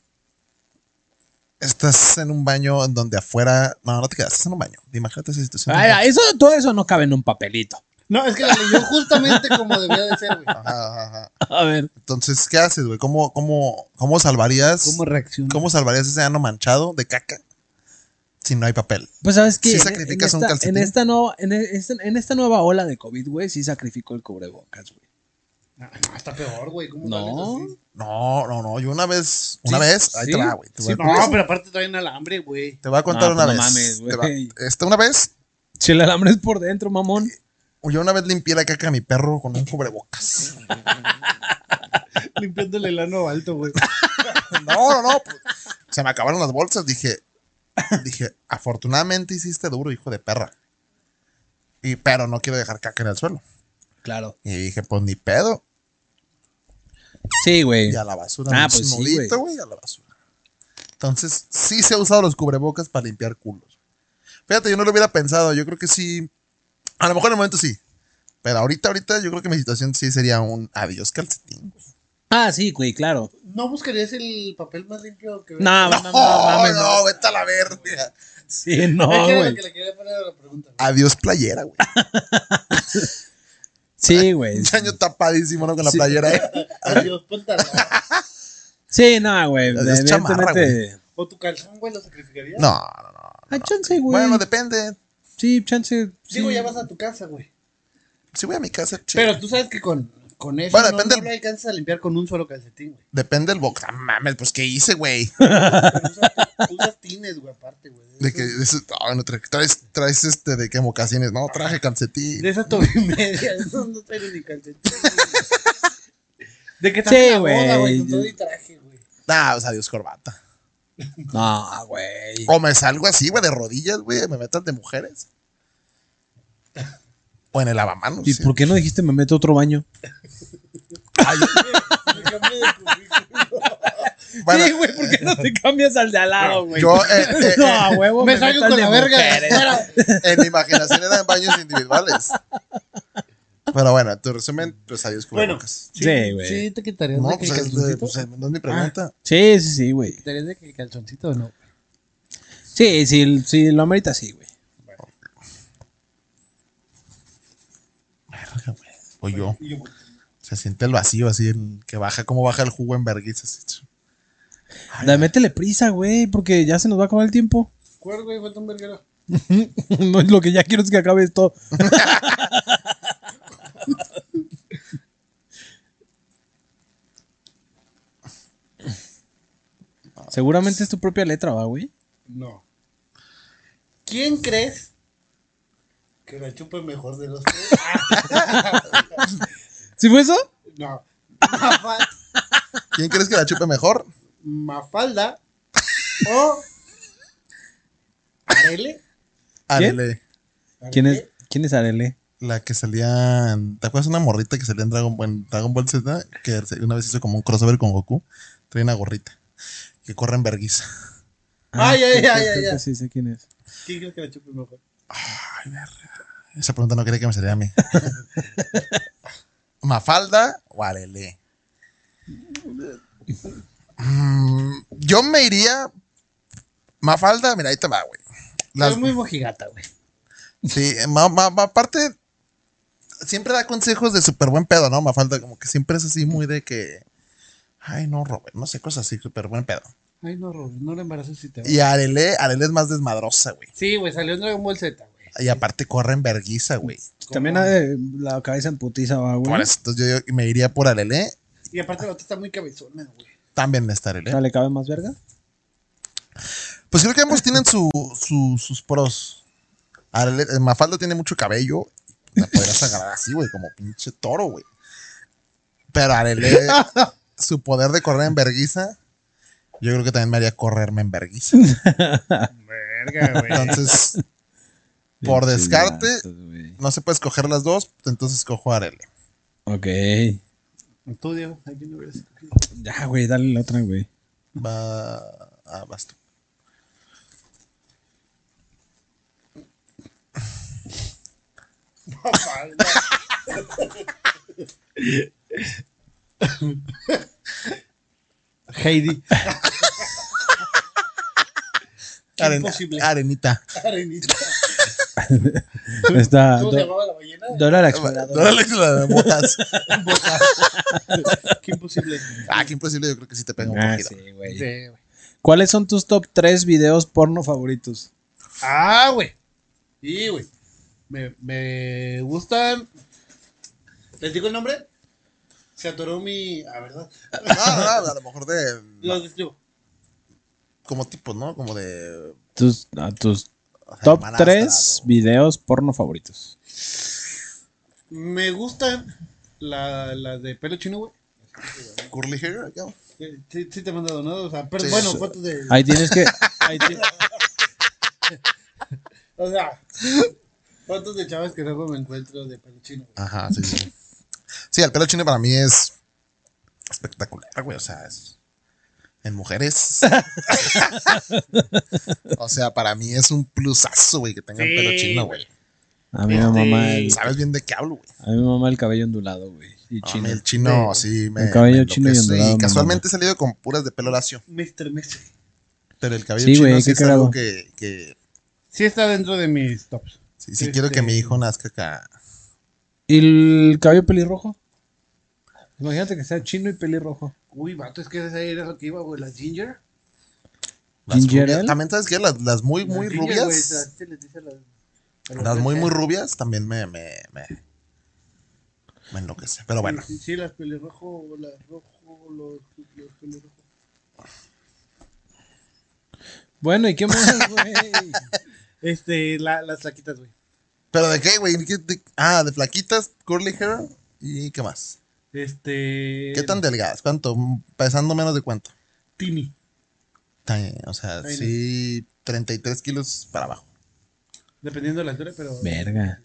S5: Estás en un baño en donde afuera. No, no te quedas, estás en un baño. Imagínate esa situación.
S3: Ah, era- eso, todo eso no cabe en un papelito.
S4: No, es que la leyó justamente como debía de ser, güey.
S3: Ah.
S5: Ajá, ajá, ajá.
S3: A ver.
S5: Entonces, ¿qué haces, güey? ¿Cómo, cómo, cómo salvarías?
S6: ¿Cómo reacciona?
S5: ¿Cómo salvarías ese ano manchado de caca si no hay papel?
S3: Pues sabes que
S5: Sí
S3: en-
S5: sacrificas
S3: en,
S5: un
S3: esta,
S5: calcetín.
S3: en esta no, en, e- esta- en esta nueva ola de COVID, güey, sí sacrificó el cubrebocas, güey.
S4: Ah, no, está peor, güey. ¿Cómo
S3: No.
S4: salen así?
S5: No, no, no. Yo una vez, una
S3: Sí,
S5: vez, ahí te
S3: sí. pues
S5: va, güey. Te, voy a-
S4: No, pero aparte traen alambre, güey.
S5: te voy a contar
S3: Ah,
S5: una
S3: no
S5: vez.
S3: mames,
S5: Te
S3: güey.
S5: va- este, una vez,
S3: Si el alambre es por dentro, mamón.
S5: yo una vez limpié la caca a mi perro con un cubrebocas.
S4: Limpiándole el ano alto, güey.
S5: No, no, no. pues, se me acabaron las bolsas. Dije, dije, afortunadamente hiciste duro, hijo de perra. Y, pero no quiero dejar caca en el suelo.
S3: Claro.
S5: Y dije, pues ni pedo.
S3: Sí, güey.
S5: Y a la basura.
S3: Ah,
S5: un
S3: pues sí,
S5: desnudito, güey, a la basura. Entonces, sí se ha usado los cubrebocas para limpiar culos. Fíjate, yo no lo hubiera pensado. Yo creo que sí. A lo mejor en el momento sí. Pero ahorita, ahorita, yo creo que mi situación sí sería un adiós calcetín. güey.
S3: Ah, sí, güey, claro.
S4: ¿No buscarías el papel más limpio que
S3: No, no, no,
S5: ¡Oh,
S3: mames, no.
S5: no! ¡Vete a la verga!
S3: Sí, no,
S4: Es que era lo
S3: güey.
S4: que le quería poner a la pregunta. güey.
S5: Adiós playera, güey.
S3: Sí, güey.
S5: Un año tapadísimo, ¿no? Con la playera. ¿eh?
S4: Adiós, pantalón.
S3: Sí, no, güey.
S5: Es chamarra,
S3: Evidentemente.
S4: ¿O tu calzón, güey, lo sacrificarías?
S5: No, no, no.
S3: Ah, chance, güey.
S5: Bueno, depende.
S3: sí, chance. sí.
S4: Digo, ya vas a tu casa, güey.
S5: Si voy a mi casa, chido.
S4: Pero tú sabes que con, con eso
S5: Bueno,
S4: no,
S5: depende
S4: no
S5: del-
S4: lo alcanzas a limpiar con un solo calcetín, güey.
S5: Depende el box. Ah, mames, pues ¿qué hice, güey?
S4: Pero Usas, usas tines, güey, aparte, güey.
S5: De que eso- ah, no, tra- traes, traes este de que mocasines. No, traje calcetín.
S4: De esa tobimedia, eso no traes ni calcetín. güey. De que estás
S3: Sí,
S4: en la boda, güey,
S3: güey.
S4: con todo y traje, güey.
S5: Nah, pues adiós corbata.
S3: No, güey.
S5: O me salgo así, güey, de rodillas, güey, me metas de mujeres. O en el lavamanos.
S3: ¿Y
S5: sí.
S3: por qué no dijiste me meto a otro baño?
S5: Ay,
S4: Me cambié de cubículo.
S5: bueno,
S3: Sí, güey, ¿por qué no te cambias al de al lado, güey?
S5: yo eh, eh,
S3: no,
S5: eh,
S3: a huevo.
S4: Me
S3: me
S4: salgo
S3: meto al
S4: con
S3: de
S4: la verga.
S3: mujeres.
S4: fuera.
S5: en mi imaginación eran baños individuales. Pero bueno, en tu resumen, pues adiós cubrebocas.
S3: Sí, güey.
S6: Sí, te quitarías
S5: no,
S6: de que Ah.
S5: pues,
S6: el
S5: es, de-
S6: calzoncito.
S5: pues, eh, no es mi pregunta.
S3: Sí, sí, sí, güey.
S6: ¿Te quitarías de que el calzoncito o no?
S3: Sí, sí, sí, lo amerita, sí, güey.
S5: Verga, güey. O yo. Se siente el vacío así, en- que baja, como baja el jugo en verguizas.
S3: Da, métele prisa, güey, porque ya se nos va a acabar el tiempo.
S4: ¿Cuál, güey? Falta un verguero.
S3: No, lo que ya quiero es que acabe esto. Seguramente es tu propia letra, va, güey.
S4: No. ¿Quién crees que la chupe mejor de los tres?
S3: ¿Sí fue eso?
S4: No. Mafa-
S5: ¿Quién crees que la chupe mejor?
S4: Mafalda o Arele.
S5: Arele.
S3: ¿Quién es, ¿quién es Arele?
S5: Ah, La que salía. en- ¿Te acuerdas de una morrita que salía en Dragon, en Dragon Ball Z? Que se- una vez hizo como un crossover con Goku. Trae una gorrita. Que corre en verguiza.
S4: Ay, ay,
S3: Ah, creo-
S4: ay,
S3: creo
S4: ay,
S3: que
S4: ay.
S3: Sí, sé quién es.
S4: ¿Quién crees que la chupe mejor?
S5: Esa pregunta no quería que me saliera a mí. ¿Mafalda o Arele? Mm, yo me iría. Mafalda, mira, ahí te va, güey. Las-
S4: Es muy mojigata, güey.
S5: Sí, ma- ma- ma- aparte, siempre da consejos de súper buen pedo, ¿no? Mafalda, como que siempre es así muy de que. Ay, no, Robert, no sé, cosas así, súper buen pedo.
S4: Ay, no, Robert, no la embaraces si te va.
S5: Y Arele, Arele es más desmadrosa, güey.
S4: Sí, güey, salió en Dragon Ball Z, güey.
S5: Y aparte corre en verguiza, güey.
S3: También eh, la cabeza en putiza, va, güey.
S5: Por eso, entonces yo, yo me iría por Arele.
S4: Y aparte la otra está muy cabezona, güey.
S5: También está Arele.
S3: Ah, ¿Le cabe más verga?
S5: Pues creo que ambos tienen su, su- sus pros. Arele, eh, Mafalda tiene mucho cabello. La podrías agarrar así, güey, como pinche toro, güey. Pero Arele, su poder de correr en verguiza, yo creo que también me haría correrme en verguiza.
S4: Verga,
S5: Entonces, por
S3: Pinches
S5: descarte,
S3: gatos, güey.
S5: no se puede escoger las dos, entonces cojo a Arele.
S3: Ok.
S4: Tú, Diego, ¿a quién hubieras escogido?
S3: Ya, güey, dale la otra, güey.
S5: Va ah, a Basto.
S4: Mafalda.
S6: Heidi.
S4: imposible.
S3: Ah,
S5: Arenita.
S4: Arenita.
S3: Está
S4: ¿Cómo se
S3: ah, Do-
S4: llamaba la ballena?
S3: Dora
S5: Dora
S3: la exploradora.
S5: la exploradora, botas.
S4: Qué imposible.
S5: Ah, qué imposible, yo creo que sí te pega un
S3: Ah,
S5: poquito.
S3: sí, güey.
S4: Sí, güey.
S3: ¿Cuáles son tus top 3 videos porno favoritos?
S4: Ah, güey. Y, güey. Me, me gustan. ¿Les digo el nombre? Se atoró mi. Ah, ¿verdad?
S5: Ah, ah, a lo mejor de.
S4: Los describo.
S5: Como tipos, ¿no? Como de.
S3: Tus, a tus top
S5: hermanastras
S3: 3
S5: o-
S3: videos porno favoritos.
S4: Me gustan la, la de pelo chino, güey.
S5: Curly hair, acá.
S4: Eh, Sí, sí te he mandado, ¿no? O sea, pero
S5: Sí,
S4: bueno,
S5: sí.
S4: fotos de.
S3: Ahí tienes que. ahí ti-
S4: O sea, fotos de chavas que luego me encuentro de pelo chino, güey.
S5: Ajá, sí, sí. Sí, el pelo chino para mí es espectacular, güey. O sea, es. En mujeres. o sea, para mí es un plusazo, güey, que tengan
S4: Sí,
S5: pelo chino, güey.
S3: a, mí me mama el,
S5: Sabes bien de qué hablo, güey.
S3: a mí me mama el cabello ondulado, güey. Y
S5: A mí
S3: chino.
S5: el chino, sí, me.
S3: El cabello
S5: me
S3: chino y
S5: enloquece.
S3: ondulado, me
S5: casualmente he salido con puras de pelo lacio.
S4: Mister, mister.
S5: Pero el cabello
S3: Sí,
S5: chino
S3: güey,
S5: sí
S3: qué
S5: es algo
S3: cagado.
S5: que. que
S4: Sí está dentro de mis tops.
S5: sí, sí quiero que
S4: Este-
S5: mi hijo nazca acá.
S3: ¿Y el cabello pelirrojo? Imagínate que sea chino y pelirrojo.
S4: Uy, vato, es que esa era lo que iba, güey. Las Ginger.
S5: Las
S3: Ginger
S5: rubias-
S3: ale.
S5: También, ¿sabes qué? Las, las muy,
S4: Las
S5: muy
S4: ginger,
S5: rubias.
S4: güey, esas, sí les dice a las- a las
S5: Las muy, muy
S4: mujeres.
S5: rubias también me, me, me, me enloquece. Pero bueno,
S4: Sí, sí, las pelirrojo, las rojo, los, los pelirrojo.
S3: Bueno, ¿y qué más, güey?
S4: Este, la- las saquitas, güey.
S5: ¿pero de qué, güey? ¿Qué- de- ah, de flaquitas, curly hair y qué más.
S4: Este.
S5: ¿Qué tan delgadas? ¿Cuánto? Pesando menos de cuánto.
S4: Tini.
S5: Ta- O sea,
S4: Ahí
S5: sí, 33 kilos para abajo.
S4: Dependiendo de la altura, pero.
S3: Verga.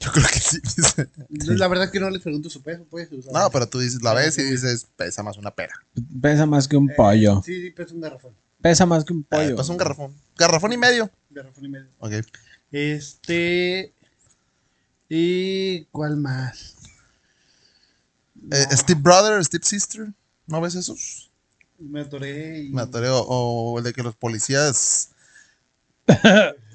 S5: Yo creo que sí. dice.
S4: La verdad es que no les pregunto su peso, pues. o sea,
S5: No, pero tú dices, la ves y dices, pesa más una pera.
S3: Pesa más que un
S4: eh,
S3: pollo.
S4: Sí, sí, pesa un garrafón.
S3: Pesa más que Eh, pues un
S5: Ah,
S3: pollo.
S5: Pesa un garrafón. Garrafón y medio.
S4: Garrafón y medio.
S5: Ok. Eh,
S4: Este. ¿Y cuál más?
S5: Eh, Steve Brother, Steve Sister. ¿No ves esos?
S4: Me atoré y.
S5: Me atoreo. O el de que los policías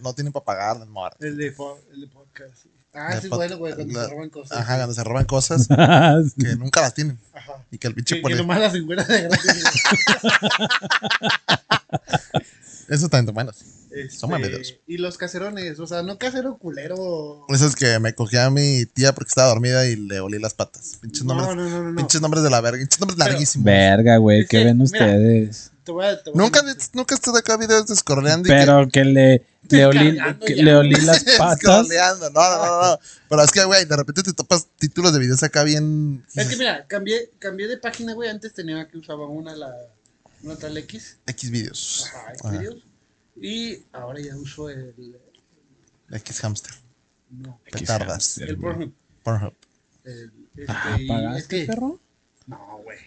S5: no tienen para pagar las muertes.
S4: El de, po- el de podcast. Ah,
S5: El
S4: sí,
S5: pod-
S4: bueno, güey, cuando
S5: la-
S4: se roban cosas.
S5: Ajá, cuando se roban cosas que nunca las tienen.
S4: Ajá.
S5: Y que el pinche
S4: Que, que
S5: policía.
S4: nomás las encuentras de gratis.
S5: Eso también, bueno. sí. Son
S4: Este,
S5: videos.
S4: Y los caserones, o sea, no casero culero.
S5: Eso es que me cogí a mi tía porque estaba dormida y le olí las patas. Pinches
S4: No, no,
S5: nombres.
S4: no, no. no.
S5: Pinches nombres de la verga. Pinches nombres larguísimos.
S3: Verga, güey. ¿Qué
S4: Ese,
S3: ven
S4: mira.
S3: ustedes?
S4: Te voy a- te voy a-
S5: Nunca, nunca estás acá videos de Scorleando y que.
S3: Pero que le, le, olí,
S4: cargando
S3: que
S4: ya.
S3: le olí las patas.
S5: Scrolleando. No, no, no, no. Pero es que, güey, de repente te topas títulos de videos acá bien.
S4: Es que mira, cambié, cambié de página, güey. Antes tenía que usaba una, la, una tal X.
S5: X videos.
S4: Ajá,
S5: Ajá.
S4: Xvideos, Y ahora ya uso el.
S5: X hamster.
S4: No,
S5: Te tardas.
S4: el Pornhub.
S5: Pornhub.
S4: El, este,
S3: Ah,
S4: y es
S3: ¿Pagaste,
S4: que-
S3: perro?
S4: No, güey.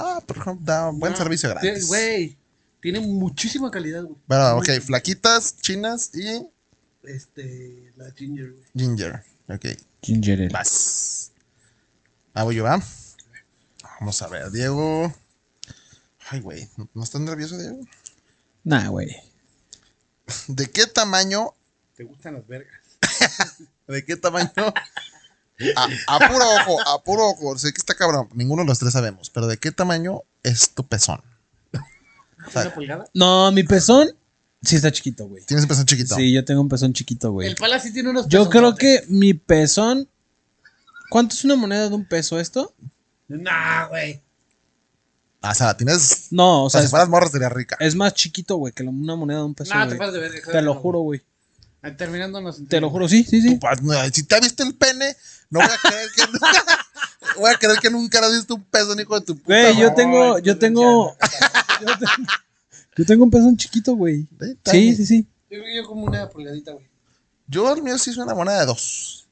S5: Ah, Pornhub da un buen
S4: No,
S5: servicio
S4: te-
S5: gratis.
S4: Güey, tiene muchísima calidad, güey.
S5: Bueno, ok, flaquitas, chinas y
S4: Este, la Ginger, güey.
S5: ginger. Ok,
S3: Ginger ale.
S5: vas. Hago yo, va. Vamos a ver, Diego. Ay, güey, ¿no- ¿no estás nervioso, Diego?
S3: Nah, güey.
S5: ¿De qué tamaño?
S4: Te gustan las vergas.
S5: ¿De qué tamaño? A, a puro ojo, a puro ojo. Sé que está cabrón. Ninguno de los tres sabemos, pero ¿de qué tamaño es tu pezón? O sea,
S4: ¿Una pulgada?
S3: No, mi pezón sí está chiquito, güey.
S5: Tienes un pezón chiquito.
S3: Sí, yo tengo un pezón chiquito, güey.
S4: El pala sí tiene unos.
S3: Yo
S4: pesos,
S3: creo
S4: ¿no?
S3: que mi pezón. ¿Cuánto es una moneda de un peso esto?
S4: Nah, güey.
S5: Ah, O sea, tienes.
S3: No, o
S5: O sea,
S3: sea,
S5: si
S3: es,
S5: fueras morra sería rica.
S3: es más chiquito, güey, que la- una moneda de un peso.
S4: Nah, te
S3: güey.
S4: pasas de verga.
S3: te
S4: claro
S3: lo
S4: que no,
S3: juro, güey.
S4: güey. Terminándonos.
S3: Te lo juro, sí, sí, sí.
S5: Tu pa- no, Si te ha visto el pene, no voy a creer que nunca. voy a creer que nunca has visto un peso, hijo de tu puta.
S3: Güey, yo
S5: madre.
S3: tengo, yo tengo. yo tengo- Yo tengo un pezón chiquito, güey.
S5: Eh, está
S3: Sí,
S5: bien.
S3: sí, sí.
S4: Yo, yo como una pulgadita, güey.
S5: Yo el mío sí es una moneda de dos.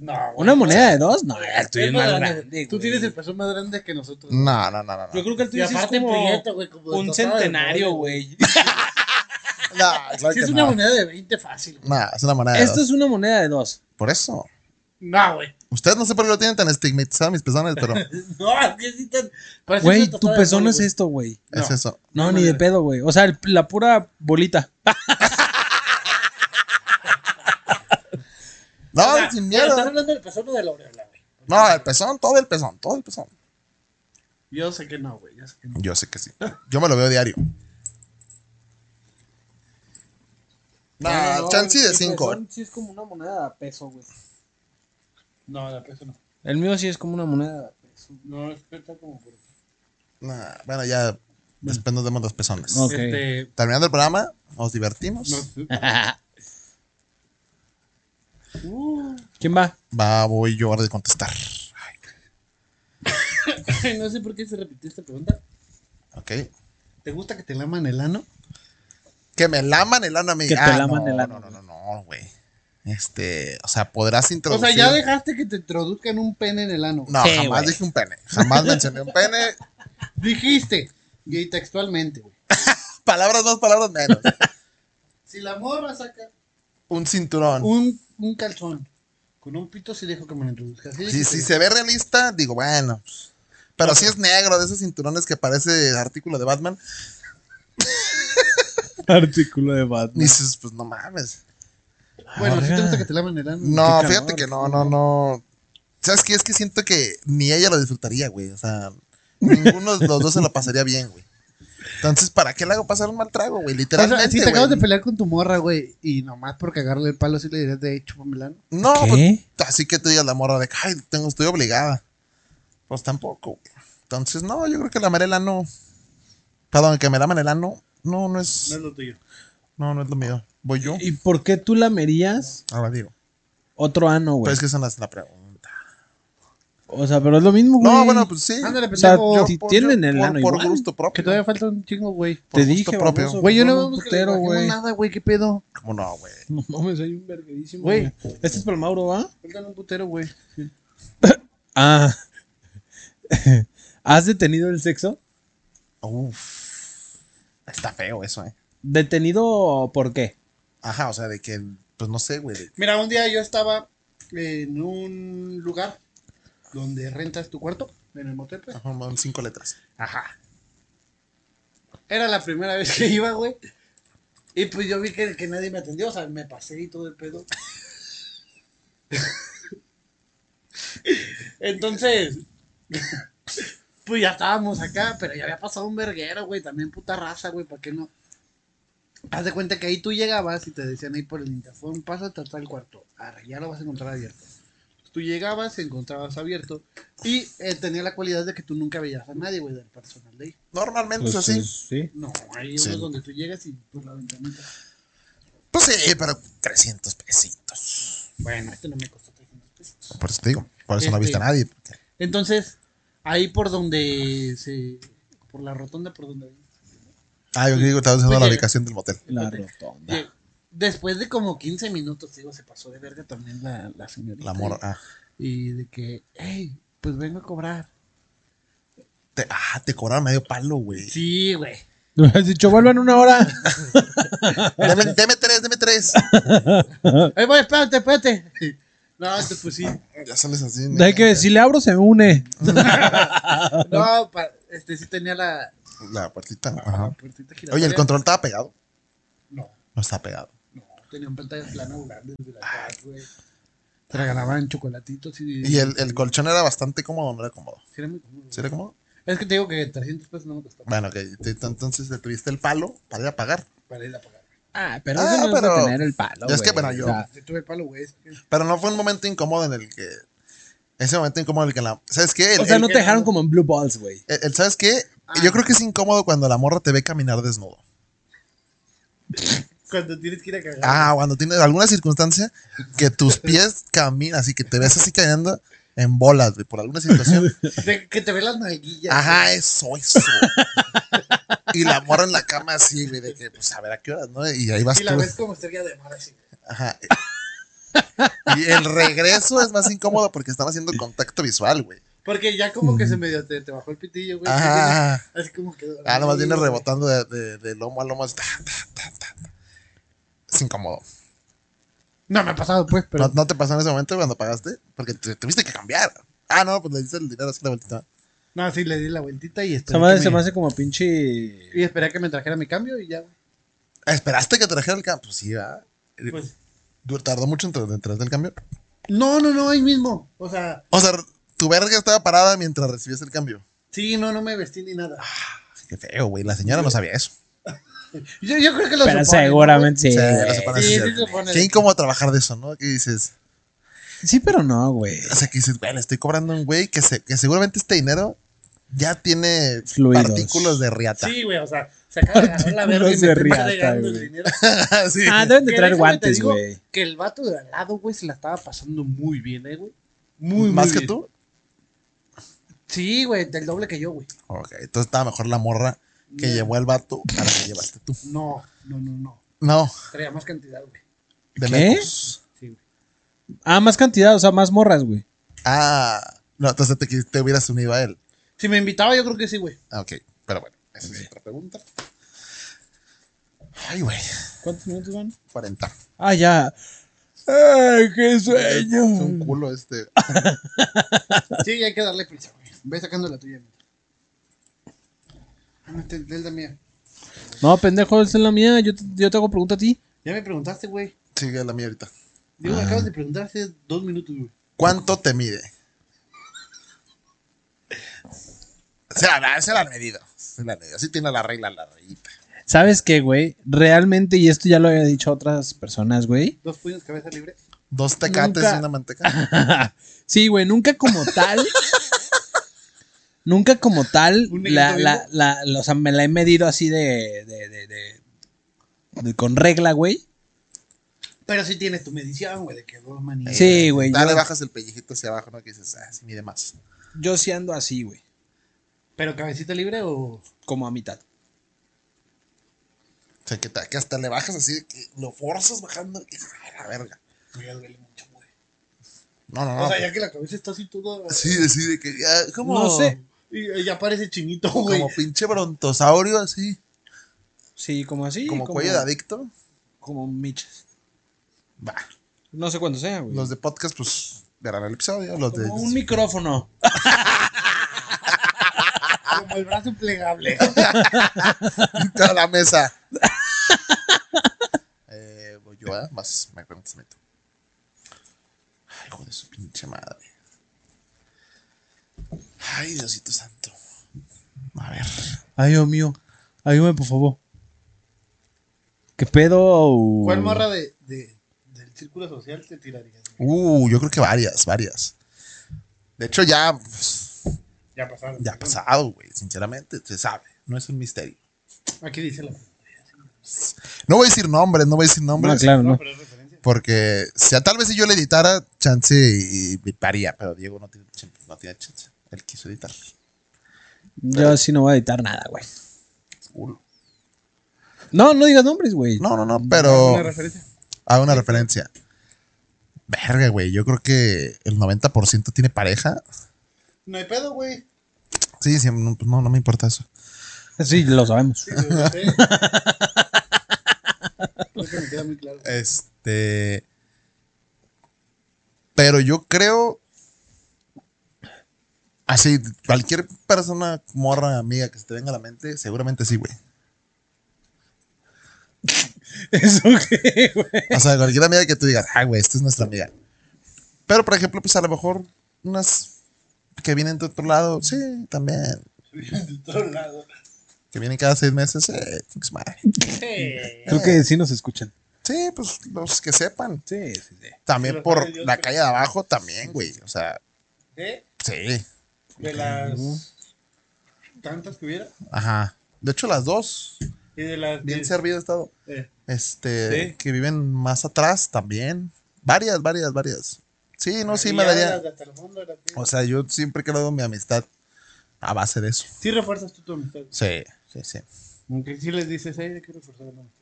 S4: No, güey.
S3: ¿Una moneda de dos? No, el tuyo
S4: Es
S3: es más
S4: grande,
S3: grande,
S4: Tú
S3: güey.
S4: tienes el peso más grande que nosotros.
S5: No, no, no, no.
S3: Yo
S5: no.
S3: creo que el
S4: Y
S3: tuyo sí es
S4: aparte,
S3: como
S4: prieto, güey. como
S3: un
S4: tostada de
S3: centenario,
S4: pollo,
S3: pues, güey.
S5: No, claro
S4: Sí,
S5: que
S4: es una
S5: no.
S4: moneda de 20 fácil. güey.
S5: No, es una moneda de
S3: Esto
S5: dos.
S3: es una moneda de dos.
S5: Por eso.
S4: No, güey.
S5: Ustedes no sé por qué lo tienen tan estigmatizado mis pezones, pero
S4: No, es que sí tan. parece
S3: Güey,
S4: una
S3: tu
S4: tostada de
S3: pezón
S4: pollo,
S3: es este.
S4: güey.
S3: esto, güey.
S5: es eso.
S3: No, ni de pedo, güey. O sea, el- la pura bolita.
S5: No,
S4: O sea,
S5: sin
S4: bueno,
S5: miedo.
S4: Estás hablando del pezón o de la aureola, güey.
S5: No, el pezón, todo el pezón, todo el pezón.
S4: Yo sé que no, güey. Yo sé que no.
S5: Yo sé que sí. Yo me lo veo diario. No, chance Ah, de cinco.
S3: Sí es como una moneda de peso, güey.
S4: No, la peso no.
S3: El mío sí es como una moneda de peso.
S4: No respeta como por
S5: Nah, bueno, ya después nos demos los pezones.
S3: Ok.
S4: Este,
S5: Terminando el programa, nos divertimos.
S4: no sé. Uh,
S3: ¿Quién va?
S5: Va, voy yo ahora de contestar.
S4: no sé por qué se repitió esta pregunta.
S5: Ok.
S4: ¿Te gusta que te laman el ano?
S5: Que me laman el ano, amigo.
S3: Que te
S5: Ah,
S3: laman
S5: no,
S3: el ano.
S5: No, no, no, no, güey. Este, o sea, podrás
S4: O
S5: introducir.
S4: sea, ya dejaste que te introduzcan un pene en el ano.
S5: No,
S3: Sí,
S5: jamás
S3: güey.
S5: dije un pene. Jamás mencioné un pene.
S4: Dijiste, y textualmente, güey.
S5: Palabras más, palabras menos.
S4: Si la morra saca
S5: Un cinturón.
S4: un, un calzón con un pito, sí dejo que me lo introduzca. Sí,
S5: Si, si se ve realista, digo, bueno. pues. Pero si es negro, de esos cinturones que parece artículo de Batman,
S3: Artículo de Batman.
S5: dices, pues no mames.
S4: Bueno, si te
S3: Verga.
S4: gusta que te laman el ano.
S5: No,
S3: Qué calor,
S5: fíjate que no, no, no. ¿Sabes qué? Es que siento que ni ella lo disfrutaría, güey. O sea, ninguno de los dos se lo pasaría bien, güey. Entonces, ¿para qué le hago pasar un mal trago, güey?
S4: O sea,
S5: Literalmente.
S4: si te
S5: güey.
S4: acabas de pelear con tu morra, güey, y nomás por cagarle el palo, sí le dirías de hecho, el ano.
S5: No,
S3: ¿Qué?
S5: pues, así que te digas la morra de, ay, tengo, estoy obligada. Pues tampoco, güey. Entonces, no, yo creo que la el no. Perdón, que me laman el ano. No, no es.
S4: lo tuyo.
S5: No, no es lo mío. Voy yo.
S3: ¿Y por qué tú lamerías
S5: Ahora digo.
S3: otro ano, güey?
S5: Pero es Pues que son las la pregunta.
S3: O sea, pero es lo mismo, güey.
S5: No, bueno, pues sí.
S4: Ándale,
S3: O sea,
S4: pendejo.
S3: yo- si tienen el
S5: por,
S3: ano
S5: por
S3: igual.
S5: gusto propio.
S4: Que todavía falta un chingo, güey.
S5: por
S3: Te
S5: gusto
S3: dije,
S5: propio.
S3: baboso,
S4: Güey, yo no
S3: un
S4: vemos que le
S3: putero,
S4: bajemos
S3: güey.
S4: nada, güey, qué pedo.
S5: ¿Cómo no, güey?
S3: No mames, hay un verguerísimo.
S4: Güey.
S3: Güey. Este es para el Mauro, ¿va?
S4: Faltan un putero, güey.
S3: Ah. ¿Has detenido el sexo?
S5: Uf. Está feo eso, eh.
S3: ¿Detenido por qué?
S5: Ajá, o sea, de que, pues no sé, güey. de-
S4: Mira, un día yo estaba en un lugar donde rentas tu cuarto, en el motel, pues.
S5: Ajá, man, cinco letras.
S4: Ajá. Era la primera vez que iba, güey. Y pues yo vi que, que nadie me atendió, o sea, me pasé y todo el pedo. Entonces, pues ya estábamos acá, pero ya había pasado un verguero, güey, también puta raza, güey, ¿para qué no? Haz de cuenta que ahí tú llegabas y te decían ahí por el interfón, pásate hasta el cuarto, Arre, ya lo vas a encontrar abierto. Tú llegabas, encontrabas abierto y eh, tenía la cualidad de que tú nunca veías a nadie, güey, del personal de ahí.
S5: Normalmente
S3: Pues,
S5: es así.
S3: eh, sí.
S4: No, hay
S5: Sí.
S4: unos donde tú llegas y por la ventanita.
S5: Pues sí, pero 300 pesitos.
S4: Bueno, este no me costó 300 pesos.
S5: Por eso te digo, por eso no
S4: Este-
S5: viste a nadie. porque-
S4: Entonces, ahí por donde se. Por la rotonda, por donde.
S5: Ah, yo digo, estaba usando
S4: Oye.
S5: la ubicación del motel.
S3: La rotonda.
S4: Lle- Eh, Después de como 15 minutos, digo, se pasó de verga también la, la señorita.
S5: La morra. Ah,
S4: Y de que, hey, pues vengo a cobrar.
S5: te, ah, te cobraron medio palo, güey.
S4: Sí, güey.
S3: Me has dicho, vuelvan una hora.
S5: Deme, deme tres, deme tres.
S4: Ay, güey, espérate, espérate. No, te pues sí.
S5: ya sales así.
S3: Hay que, si le abro, se me une.
S4: No, pa- este sí tenía la,
S5: La puertita.
S4: la
S5: Ajá.
S4: puertita giratoria.
S5: Oye, ¿el control estaba pegado?
S4: No.
S5: No estaba pegado.
S4: No, tenían pantallas planas grandes de la casa, güey. Te regalaban chocolatitos y.
S5: Y el, el colchón era bastante cómodo, no era cómodo.
S4: Sí, era muy cómodo.
S5: ¿Sí era cómodo?
S4: Es que te digo que 300 pesos no me costó
S5: Bueno, ok. te- Entonces te tuviste el palo para ir a pagar.
S4: para ir a pagar.
S3: Ah, pero
S5: Ah,
S3: eso no
S5: pero-
S3: es detener el palo.
S5: Es que,
S3: güey.
S5: bueno, yo-
S3: O sea,
S4: Se tuve el palo, güey. es que-
S5: Pero no fue un momento incómodo en el que. Ese momento incómodo en el que la. ¿Sabes qué? El,
S3: o sea,
S5: el-
S3: no te dejaron como en Blue Balls, güey.
S5: el- el- ¿Sabes qué? Yo creo que es incómodo cuando la morra te ve caminar desnudo.
S4: Cuando tienes que ir a cagar.
S5: Ah, cuando tienes alguna circunstancia que tus pies caminan, así que te ves así caminando en bolas, güey, por alguna situación.
S4: De- que te ve las nalguillas.
S5: Ajá, eso, eso. Y la morra en la cama así, güey, de que, pues a ver a qué horas, ¿no? Y ahí vas
S4: güey. Y la
S5: tú.
S4: ves como estrella de mar así.
S5: Ajá. Y el regreso es más incómodo porque están haciendo contacto visual, güey.
S4: Porque ya como que se medio te, te bajó el pitillo, güey.
S5: Ajá.
S4: Así como que.
S5: Ah, nomás viene
S4: Ay, güey.
S5: rebotando de, de- de lomo a lomo. así, ta, ta, ta, ta, ta. Es incómodo.
S4: No me ha pasado, pues, pero.
S5: ¿No, no te pasó en ese momento cuando pagaste? Porque te tuviste que cambiar. Ah, no, pues le diste el dinero así la vueltita.
S4: No, sí, le di la vueltita y
S3: Se
S4: esperé.
S3: me,
S4: que
S3: hace- se me
S4: me-
S3: hace como pinche.
S4: Y esperé a que me trajera mi cambio y ya, güey.
S5: Ah, ¿Esperaste que trajera el cambio? Pues sí, ¿verdad? Pues Du- ¿Tardó mucho en tra- en traer el cambio?
S4: No, no, no, ahí mismo. O sea,
S5: O sea, tu verga estaba parada mientras recibías el cambio.
S4: sí, no, no me vestí ni nada.
S5: Qué feo, güey. La señora no sabía eso.
S4: Yo, yo creo que lo supone,
S3: Pero
S4: ¿no, güey?
S3: seguramente sí.
S5: Sí,
S3: güey.
S5: no se pone
S4: Sí,
S5: así.
S4: sí se pone
S5: Qué
S4: de-
S5: incómodo trabajar de eso, ¿no? Que dices.
S3: Sí, pero no, güey.
S5: O sea, que dices, güey, le estoy cobrando a un güey que, se- que seguramente este dinero ya tiene
S3: Fluidos.
S5: partículos de riata.
S7: Sí, güey, o sea, se acaba de agarrar la verga y
S3: Artículos de
S7: me está
S3: riata,
S7: regalando el
S3: güey.
S7: dinero.
S5: Sí.
S3: Ah, deben de
S7: Que déjame
S3: traer
S7: te
S3: guantes,
S7: digo
S3: güey.
S7: Que el vato de al lado, güey, se la estaba pasando muy bien, eh, güey.
S4: Muy,
S5: ¿Más
S4: muy
S5: que
S4: bien.
S5: tú?
S7: Sí, güey, del doble que yo, güey.
S5: Ok, entonces estaba mejor la morra que
S3: Mm.
S5: llevó al vato a la que llevaste tú.
S4: No, no, no, no.
S5: No,
S7: Traía más cantidad, güey.
S5: de
S3: ¿Qué?
S5: menos.
S3: Ah, más cantidad, o sea, más morras, güey.
S5: Ah, no, entonces te, qui- te hubieras unido a él.
S4: Si me invitaba, yo creo que sí, güey.
S5: Ah, ok, pero bueno, esa es otra pregunta. Ay, güey,
S3: ¿Cuántos minutos van?
S5: 40.
S3: Ah, ya. Ay, qué
S5: Es un
S3: sueño.
S5: culo este.
S4: Sí, hay que darle prisa, güey. Ve sacando la tuya. Ah, no, esta es la mía.
S3: No, pendejo, esa es la mía. Yo te, yo te hago pregunta a ti.
S4: Ya me preguntaste, güey.
S5: Sigue la mía ahorita.
S4: Digo, me acabas de preguntar hace dos minutos, güey.
S5: ¿Cuánto te mide? Se la, se la han medido. Se la han medido. Sí tiene la regla, la rayita.
S3: ¿Sabes qué, güey? Realmente, y esto ya lo había dicho a otras personas, güey.
S4: Dos puños, cabeza libre.
S5: Dos tecates
S3: Nunca-
S5: y una manteca.
S3: sí, güey, nunca como tal. nunca como tal.
S4: ¿Un
S3: La,
S4: negrito
S3: la, la, la- o sea, me la he medido así de. de, de, de- de- con regla, güey.
S4: Pero sí tienes tu medición, güey, de que dos manillas.
S3: Sí, güey.
S5: Dale,
S3: yo-
S5: Eh, bajas el pellejito hacia abajo, ¿no? Que dices, ah, sí mide más.
S3: Yo sí ando así, güey.
S4: ¿Pero cabecita libre o...?
S3: Como a mitad.
S5: O sea, que, ta- que hasta le bajas así, que lo forzas bajando. que, ah, la verga.
S4: Mira, duele mucho, güey.
S5: No, no, no.
S4: O sea, ya que la cabeza está así toda...
S5: Ah, Sí, decide que ya, como,
S3: No sé.
S4: Y ya parece chinito, güey.
S5: como pinche brontosaurio, así,
S3: Sí, como así.
S5: como, cuello de adicto.
S3: Como michas.
S5: Va.
S3: No sé cuánto sea, güey.
S5: Los de podcast, pues, verán el episodio. Los de.
S3: Como un micrófono.
S5: ah.
S4: Como el brazo plegable.
S5: Toda la mesa. eh, voy yo, ¿eh? Vas, me acuerdo meto. Ay, hijo de su pinche madre. Ay, Diosito santo. A ver.
S3: Ay, Dios mío. Ayúdame, por favor. ¿Qué pedo?
S4: ¿Cuál morra de, de- del círculo social te tirarías? güey?
S5: Uh, yo creo que varias, varias. De hecho, ya, pues,
S4: Ya pasaron.
S5: ya ha pasado, güey. Sinceramente, se sabe. No es un misterio.
S4: Aquí dice la...
S5: No voy a decir nombres, no voy a decir nombres.
S3: No, claro, no.
S4: Pero es referencia.
S5: Porque si a- tal vez si yo le editara, chance y, y me paría, pero Diego no tiene, chan- no tiene chance. Él quiso editar.
S3: Yo sí no voy a editar nada, güey.
S5: Culo.
S3: No, no digas nombres, güey.
S5: No, no, no, pero
S4: Una referencia.
S5: hago una referencia. Verga, güey, yo creo que el 90% tiene pareja.
S4: No hay pedo, güey.
S5: Sí, sí, no, pues no, no me importa eso.
S3: Sí, lo sabemos.
S4: Sí, güey, lo sé. Creo que me queda muy claro.
S5: Este. Pero yo creo. Así, cualquier persona, morra, amiga que se te venga a la mente, seguramente sí, güey.
S3: ¿Eso qué, güey?
S5: O sea, cualquier amiga que tú digas, ah, güey, esta es nuestra amiga. Pero, por ejemplo, pues a lo mejor unas que vienen de otro lado, sí, también.
S4: De todos lados.
S5: Que vienen cada seis meses, eh, chingue su madre. Eh,
S3: Creo que sí nos escuchan.
S5: Sí, pues los que sepan.
S3: Sí, sí, sí.
S5: También
S4: Pero
S5: por
S4: sabe Dios
S5: la
S4: que-
S5: calle de abajo, también, güey. O sea,
S4: ¿Eh?
S5: sí.
S4: De las... Tantas que hubiera.
S5: Ajá. De hecho, las dos,
S4: Y de las...
S5: bien
S4: que-
S5: servido he estado.
S4: eh,
S5: Este,
S4: Sí.
S5: que viven más atrás también. Varias, varias, varias. Sí, no, sí
S4: y
S5: me
S4: ya las
S5: daría.
S4: de hasta el fondo, las que-
S5: O sea, yo siempre he creado mi amistad a base de eso.
S4: Sí refuerzas tú tu amistad.
S5: Sí, sí, sí.
S4: Aunque sí les dices, ay, hay que reforzar la amistad.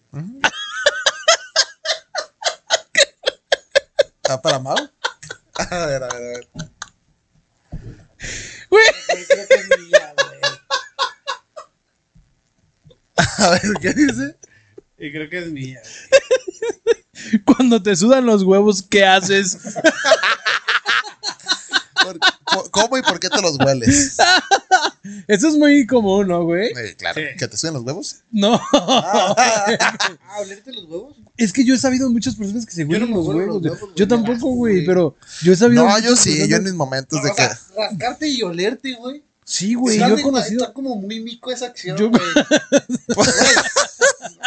S5: ¿Está para Mau? A ver, a ver, a ver.
S4: Güey, creo que es mía, güey.
S5: A ver, ¿qué dice?
S4: Y creo que es mía. güey.
S3: Cuando te sudan los huevos, ¿qué haces?
S5: ¿Por- por- ¿Cómo y por qué te los hueles?
S3: Eso es muy común, ¿no, güey?
S5: Eh, claro,
S4: Sí.
S5: que te suben los huevos.
S3: No.
S4: Ah, olerte los huevos.
S3: Es que yo he sabido muchas personas que se
S4: Yo no
S3: huelen
S4: me
S3: los
S4: huelo
S3: huevos.
S4: los
S3: güey.
S4: huevos,
S3: Yo
S4: güey.
S3: tampoco, güey, pero yo he sabido.
S5: No, yo
S3: muchas
S5: sí,
S3: personas-
S5: yo en mis momentos de
S4: O
S5: que.
S4: sea, rascarte y olerte, güey.
S3: Sí, güey,
S4: Está
S3: yo he
S4: de-
S3: conocido.
S4: Está como muy mico esa acción,
S3: Yo-
S4: güey. Güey,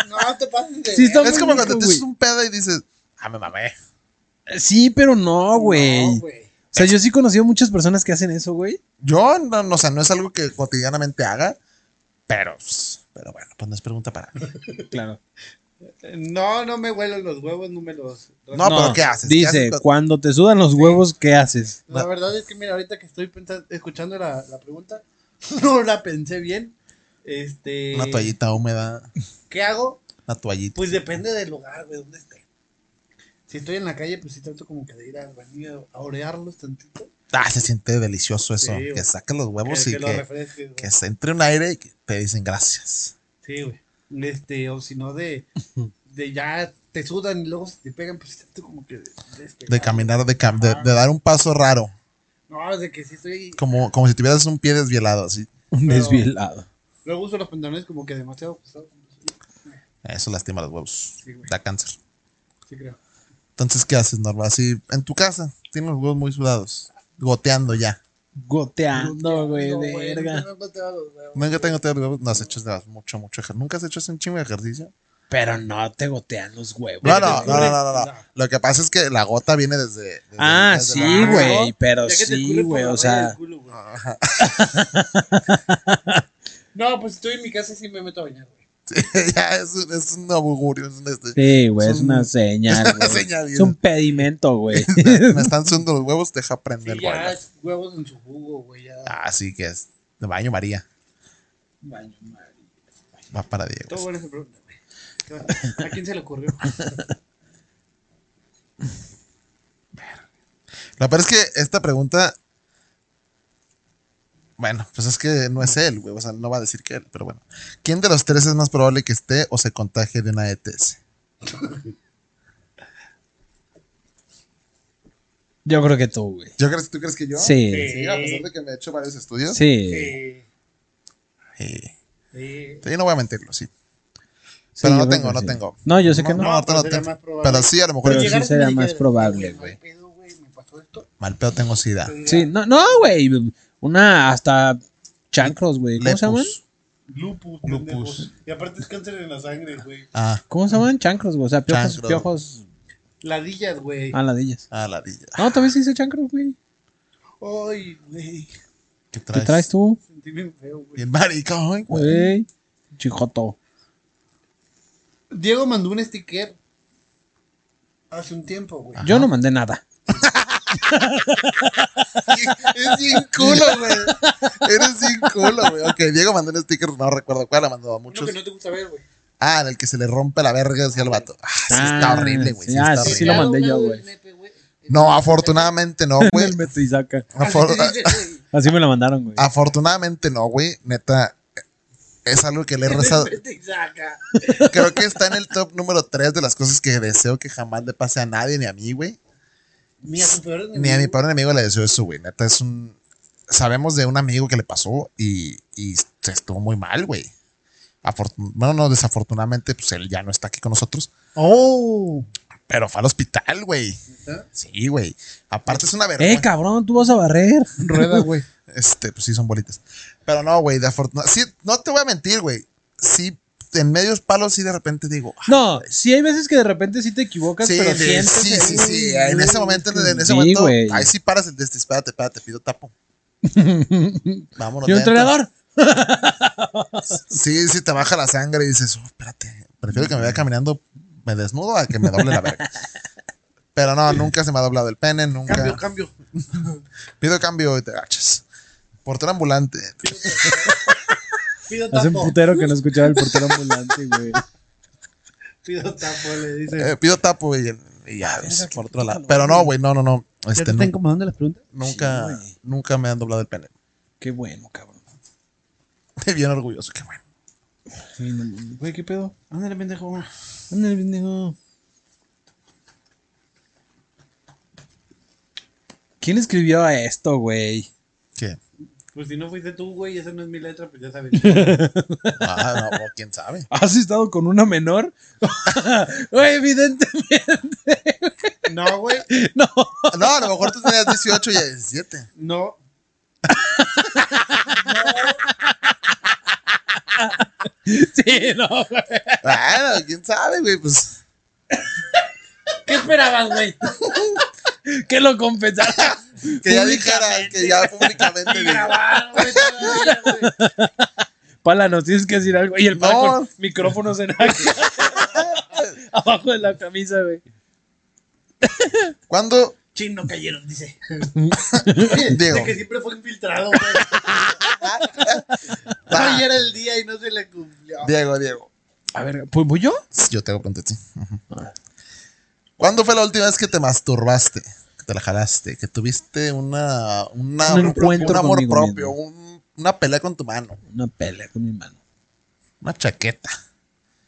S4: No, te pases de...
S3: Sí, está
S4: verga.
S5: Es como
S3: muy
S5: cuando
S3: rico,
S5: te
S3: güey.
S5: haces un pedo y dices, ah, me mamé.
S3: Sí, pero no, güey.
S4: No,
S3: o sea, yo sí he conocido muchas personas que hacen eso, güey.
S5: Yo, no, no, o sea, no es algo que cotidianamente haga, pero, pues, pero bueno, pues no es pregunta para mí.
S3: Claro.
S4: No, no me huelen los huevos, no me los.
S5: No, pero ¿qué haces? ¿Qué
S3: Dice,
S5: haces con-
S3: cuando te sudan los huevos, ¿qué haces?
S4: La verdad es que, mira, ahorita que estoy pensa- escuchando la, la pregunta, no la pensé bien. Este,
S5: Una toallita húmeda,
S4: ¿Qué hago?
S5: una toallita.
S4: Pues depende del lugar, güey, donde esté. Si estoy en la calle, pues sí trato como que de ir al baño a orearlos tantito.
S5: Ah, se siente delicioso eso.
S4: Sí,
S5: que
S4: güey.
S5: saques los huevos
S4: que,
S5: y
S4: que
S5: que,
S4: lo refresques, güey.
S5: que se entre un aire y que te dicen gracias.
S4: Sí, güey. Este, o si no, de, de ya te sudan y luego se te pegan, pues trato como que de,
S5: De
S4: despegar.
S5: caminar, de, cam- de, de dar un paso raro.
S4: No, de que sí estoy.
S5: Como, como si tuvieras un pie desvielado, así.
S3: Un desvielado.
S4: Luego uso los pantalones como que demasiado pesados.
S5: Eso lastima los huevos.
S4: Sí, güey.
S5: Da cáncer.
S4: Sí, creo.
S5: Entonces, ¿qué haces, Norma? Así, en tu casa, tienes los huevos muy sudados, goteando ya.
S3: Goteando, güey,
S4: No, güey,
S3: verga.
S4: no me han tocado los huevos.
S5: Nunca tengo todos los huevos, no has hecho nada, mucho, mucho ejercicio. ¿Nunca has hecho ese chingo de ejercicio?
S3: Pero no te gotean los huevos.
S5: No, no, no, no, no, no, no. Lo que pasa es que la gota viene desde. desde-
S3: Ah,
S5: desde
S3: sí,
S5: la-
S3: güey, pero
S4: Ya que te
S3: sí,
S4: escurre por
S3: güey,
S4: la
S3: o
S4: raya del
S3: sea,
S4: culo, güey.
S5: Ajá.
S4: No, pues estoy en mi casa y sí me meto a bañar, güey.
S5: ya es, un- es un augurio, es un este.
S3: sí, güey, es
S5: Son-
S3: una señal,
S5: es una
S3: güey.
S5: señal,
S3: Es un pedimento, güey.
S5: Me están sudando los huevos, deja prender
S4: Sí, ya,
S5: boiler.
S4: huevos en su jugo, güey. Ya.
S5: Ah, sí que es. De baño María. Va para Diego.
S3: pues.
S4: Todo bueno esa pregunta, güey. ¿Qué va? ¿A quién se le ocurrió?
S5: La verdad es que esta pregunta. Bueno, pues es que no es él, güey. O sea, no va a decir que él, pero bueno. ¿Quién de los tres es más probable que esté o se contagie de una E ETS?
S3: Yo creo que tú, güey.
S5: ¿Yo crees, ¿Tú crees que yo?
S3: Sí,
S5: Sí, a pesar de que me he hecho varios estudios.
S3: sí.
S5: Sí.
S4: Sí.
S5: Sí, no voy a mentirlo, sí.
S3: Sí,
S5: Pero no
S3: yo creo
S5: tengo,
S3: que
S5: no
S3: sí.
S5: tengo.
S3: No, yo sé que
S5: No,
S3: no.
S5: ahorita no
S4: pero sería
S5: tengo.
S4: pues, más probable.
S5: Pero sí, a lo mejor yo-
S3: Pero sí
S4: Llegar
S3: será
S4: y
S3: más
S4: decir,
S3: probable,
S4: mal
S3: güey. Ah,
S4: pedo, güey, me pasó esto.
S5: mal pedo tengo sida.
S3: Sí, no, no, güey, una hasta chancros, güey. ¿Cómo se llaman?
S5: Lepus.
S4: Lupus,
S5: Lupus.
S4: pendejos. Y aparte es cáncer en la sangre, güey.
S5: Ah,
S3: ¿Cómo se llaman chancros, güey? O sea, piojos,
S5: Chancro.
S3: piojos,
S4: Ladillas, güey.
S3: aladillas.
S5: ah, la dilla.
S3: No, también se dice chancros, güey.
S4: Ay, güey.
S5: ¿Qué traes?
S3: ¿Qué traes tú,
S4: Sentí bien feo, güey.
S5: Bien maricón, güey.
S3: güey? Chijoto.
S4: Diego mandó un sticker hace un tiempo, güey.
S3: Yo no mandé nada.
S5: Es bien culo, güey. Eres bien culo, güey. Ok, Diego mandó un sticker, no recuerdo cuál, ha mandado a
S4: Uno
S5: muchos.
S4: que no te gusta ver, güey.
S5: Ah, en el que se le rompe la verga hacia el vato. Ah, sí, está
S3: Ah,
S5: horrible, güey. Sí,
S3: ah,
S5: está
S3: sí, sí
S5: horrible.
S3: lo mandé yo,
S4: Una
S3: güey.
S4: del nepe, güey.
S5: No, afortunadamente no, güey.
S3: El Beto Isaca.
S5: Afor-
S4: Así te dice,
S3: Así me la mandaron, güey.
S5: afortunadamente no, güey. Neta, es algo que le he
S4: güey.
S5: rezado.
S4: Vete y saca.
S5: Creo que está en el top número 3 de las cosas que deseo que jamás le pase a nadie, ni a mí, güey.
S4: Ni a tu peor enemigo.
S5: Ni a mi peor enemigo le deseo eso, güey. Neta, es un. Sabemos de un amigo que le pasó y, y se estuvo muy mal, güey. Afortun- Bueno, no, desafortunadamente, pues él ya no está aquí con nosotros.
S6: Oh,
S5: Pero fue al hospital, güey. Sí, güey. Aparte es una
S3: Eh,
S5: vergüenza.
S3: cabrón, tú vas a barrer.
S6: rueda, güey.
S5: Este, pues sí, son bolitas. Pero no, güey, de afortuna- Sí, no te voy a mentir, güey. Sí, en medios palos, sí de repente digo. ah,
S3: No,
S5: güey.
S3: sí hay veces que de repente sí te equivocas,
S5: Sí,
S3: pero
S5: de-
S3: sientes.
S5: sí,
S3: el-
S5: sí, sí. En ese momento, en, ese
S3: Sí,
S5: momento,
S3: güey.
S5: ahí sí paras el de este, espérate, espérate, pido tapo. Vámonos.
S3: ¿Y
S5: lento.
S3: un entrenador?
S5: Sí, sí, te baja la sangre y dices, "Oh, espérate, prefiero que me vaya caminando, me desnudo a que me doble la verga. Pero no, nunca se me ha doblado el pene, nunca.
S4: Cambio, cambio.
S5: Pido cambio y te agachas. Portero ambulante.
S4: Pido
S3: Hace un
S4: tapo.
S3: putero que no escuchaba el portero ambulante, güey.
S4: Pido tapo, le dice.
S5: Eh, pido tapo y, y ya, pues, por otro lado. Pero no, güey, no, no, no.
S6: ¿Ya
S5: Este,
S6: te
S5: nu-
S6: están incomodando las preguntas?
S5: nunca,
S3: Sí, güey.
S5: nunca me han doblado el pene.
S3: Qué bueno, cabrón.
S5: Bien orgulloso, qué bueno.
S3: Sí, no, no. Güey, ¿qué pedo?
S7: Ándale, pendejo.
S3: Ándale, pendejo. ¿Quién escribió esto, güey?
S5: ¿Qué?
S4: Pues si no fuiste tú, güey, esa no es mi letra, pues ya sabes.
S5: Ah, no, quién sabe.
S3: ¿Has estado con una menor? Güey, evidentemente.
S4: No, güey,
S3: No.
S5: No, a lo mejor tú tenías 18 y 17.
S4: no.
S3: Sí, no, güey.
S5: Ah, Bueno, quién sabe, güey, pues.
S4: ¿Qué esperabas, güey?
S3: que lo compensara.
S5: Que ya dijera, que ya públicamente. diga,
S3: Pala, nos tienes que decir algo. Y el pala
S5: No.
S3: con micrófonos en Abajo de la camisa, güey.
S5: ¿Cuándo?
S4: Chino cayeron, dice.
S5: Digo,
S4: Dice que siempre fue infiltrado, güey.
S5: va,
S4: Hoy era el día y no se le cumplió.
S5: Diego, Diego.
S3: A ver, ¿pues voy yo?
S5: Yo te hago preguntas a ti. Ujú. ¿Cuándo fue la última vez que te masturbaste? Que te la jalaste, que tuviste una, una-
S3: Un encuentro
S5: un amor
S3: conmigo
S5: propio,
S3: mismo.
S5: un- una pelea con tu mano,
S3: Una pelea con mi mano.
S5: una chaqueta.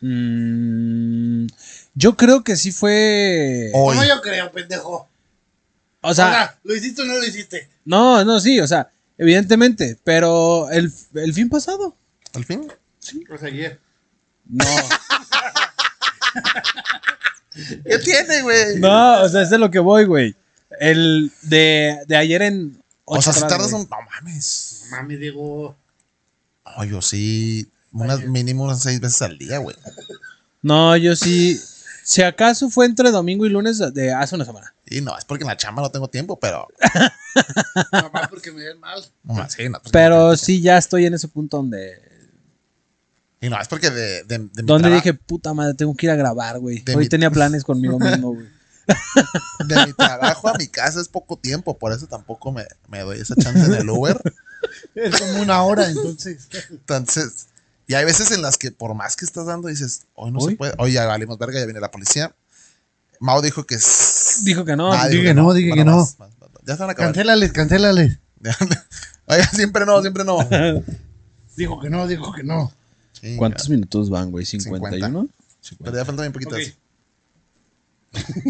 S3: Mm, yo creo que sí fue.
S5: Hoy.
S4: No, yo creo, pendejo.
S3: O
S4: O
S3: sea,
S4: sea, ¿lo hiciste o no lo hiciste?
S3: no, no, sí, o sea, evidentemente, pero el, el fin pasado.
S5: ¿Al fin?
S4: O sea, ayer.
S3: No,
S5: ¿Qué tiene, güey?
S3: no, o sea, es de lo que voy, güey. El de, de ayer en.
S5: o sea, si
S3: ocho horas,
S5: tardas
S3: güey.
S5: un. No mames.
S4: Mami, digo.
S5: No, yo sí. Unas mínimo unas seis veces al día, güey.
S3: No, yo sí. Si acaso fue entre domingo y lunes de hace una semana.
S5: Y no, es porque en la chamba no tengo tiempo, pero.
S4: Nomás porque me ven mal.
S5: No, más, sí, no, pues,
S3: Pero sí, ya estoy en ese punto donde.
S5: Y no, es porque de. de, de mi
S3: Donde
S5: traba-
S3: dije, puta madre, tengo que ir a grabar, güey.
S5: De
S3: Hoy
S5: mi-
S3: tenía planes conmigo mismo, güey.
S5: De mi trabajo a mi casa es poco tiempo, por eso tampoco me, me doy esa chance en el Uber.
S4: Es como una hora, entonces.
S5: Entonces, y hay veces en las que por más que estás dando, dices, hoy no
S3: ¿Hoy?
S5: se puede, hoy ya valimos verga, ya viene la policía. Mao dijo que s-
S3: Dijo que no.
S5: Ah,
S3: Dijo-
S5: dijo
S6: dije que no, dije
S5: Bueno,
S6: que no.
S5: más, más, más. ya están acabando.
S6: Cancélales, cancélales.
S5: Oiga, siempre no, siempre no.
S4: Dijo que no, dijo que no.
S5: Chinga,
S1: ¿Cuántos minutos van, güey?
S5: 50.
S1: 51.
S5: Pero ya faltan bien poquitas.
S4: Ok.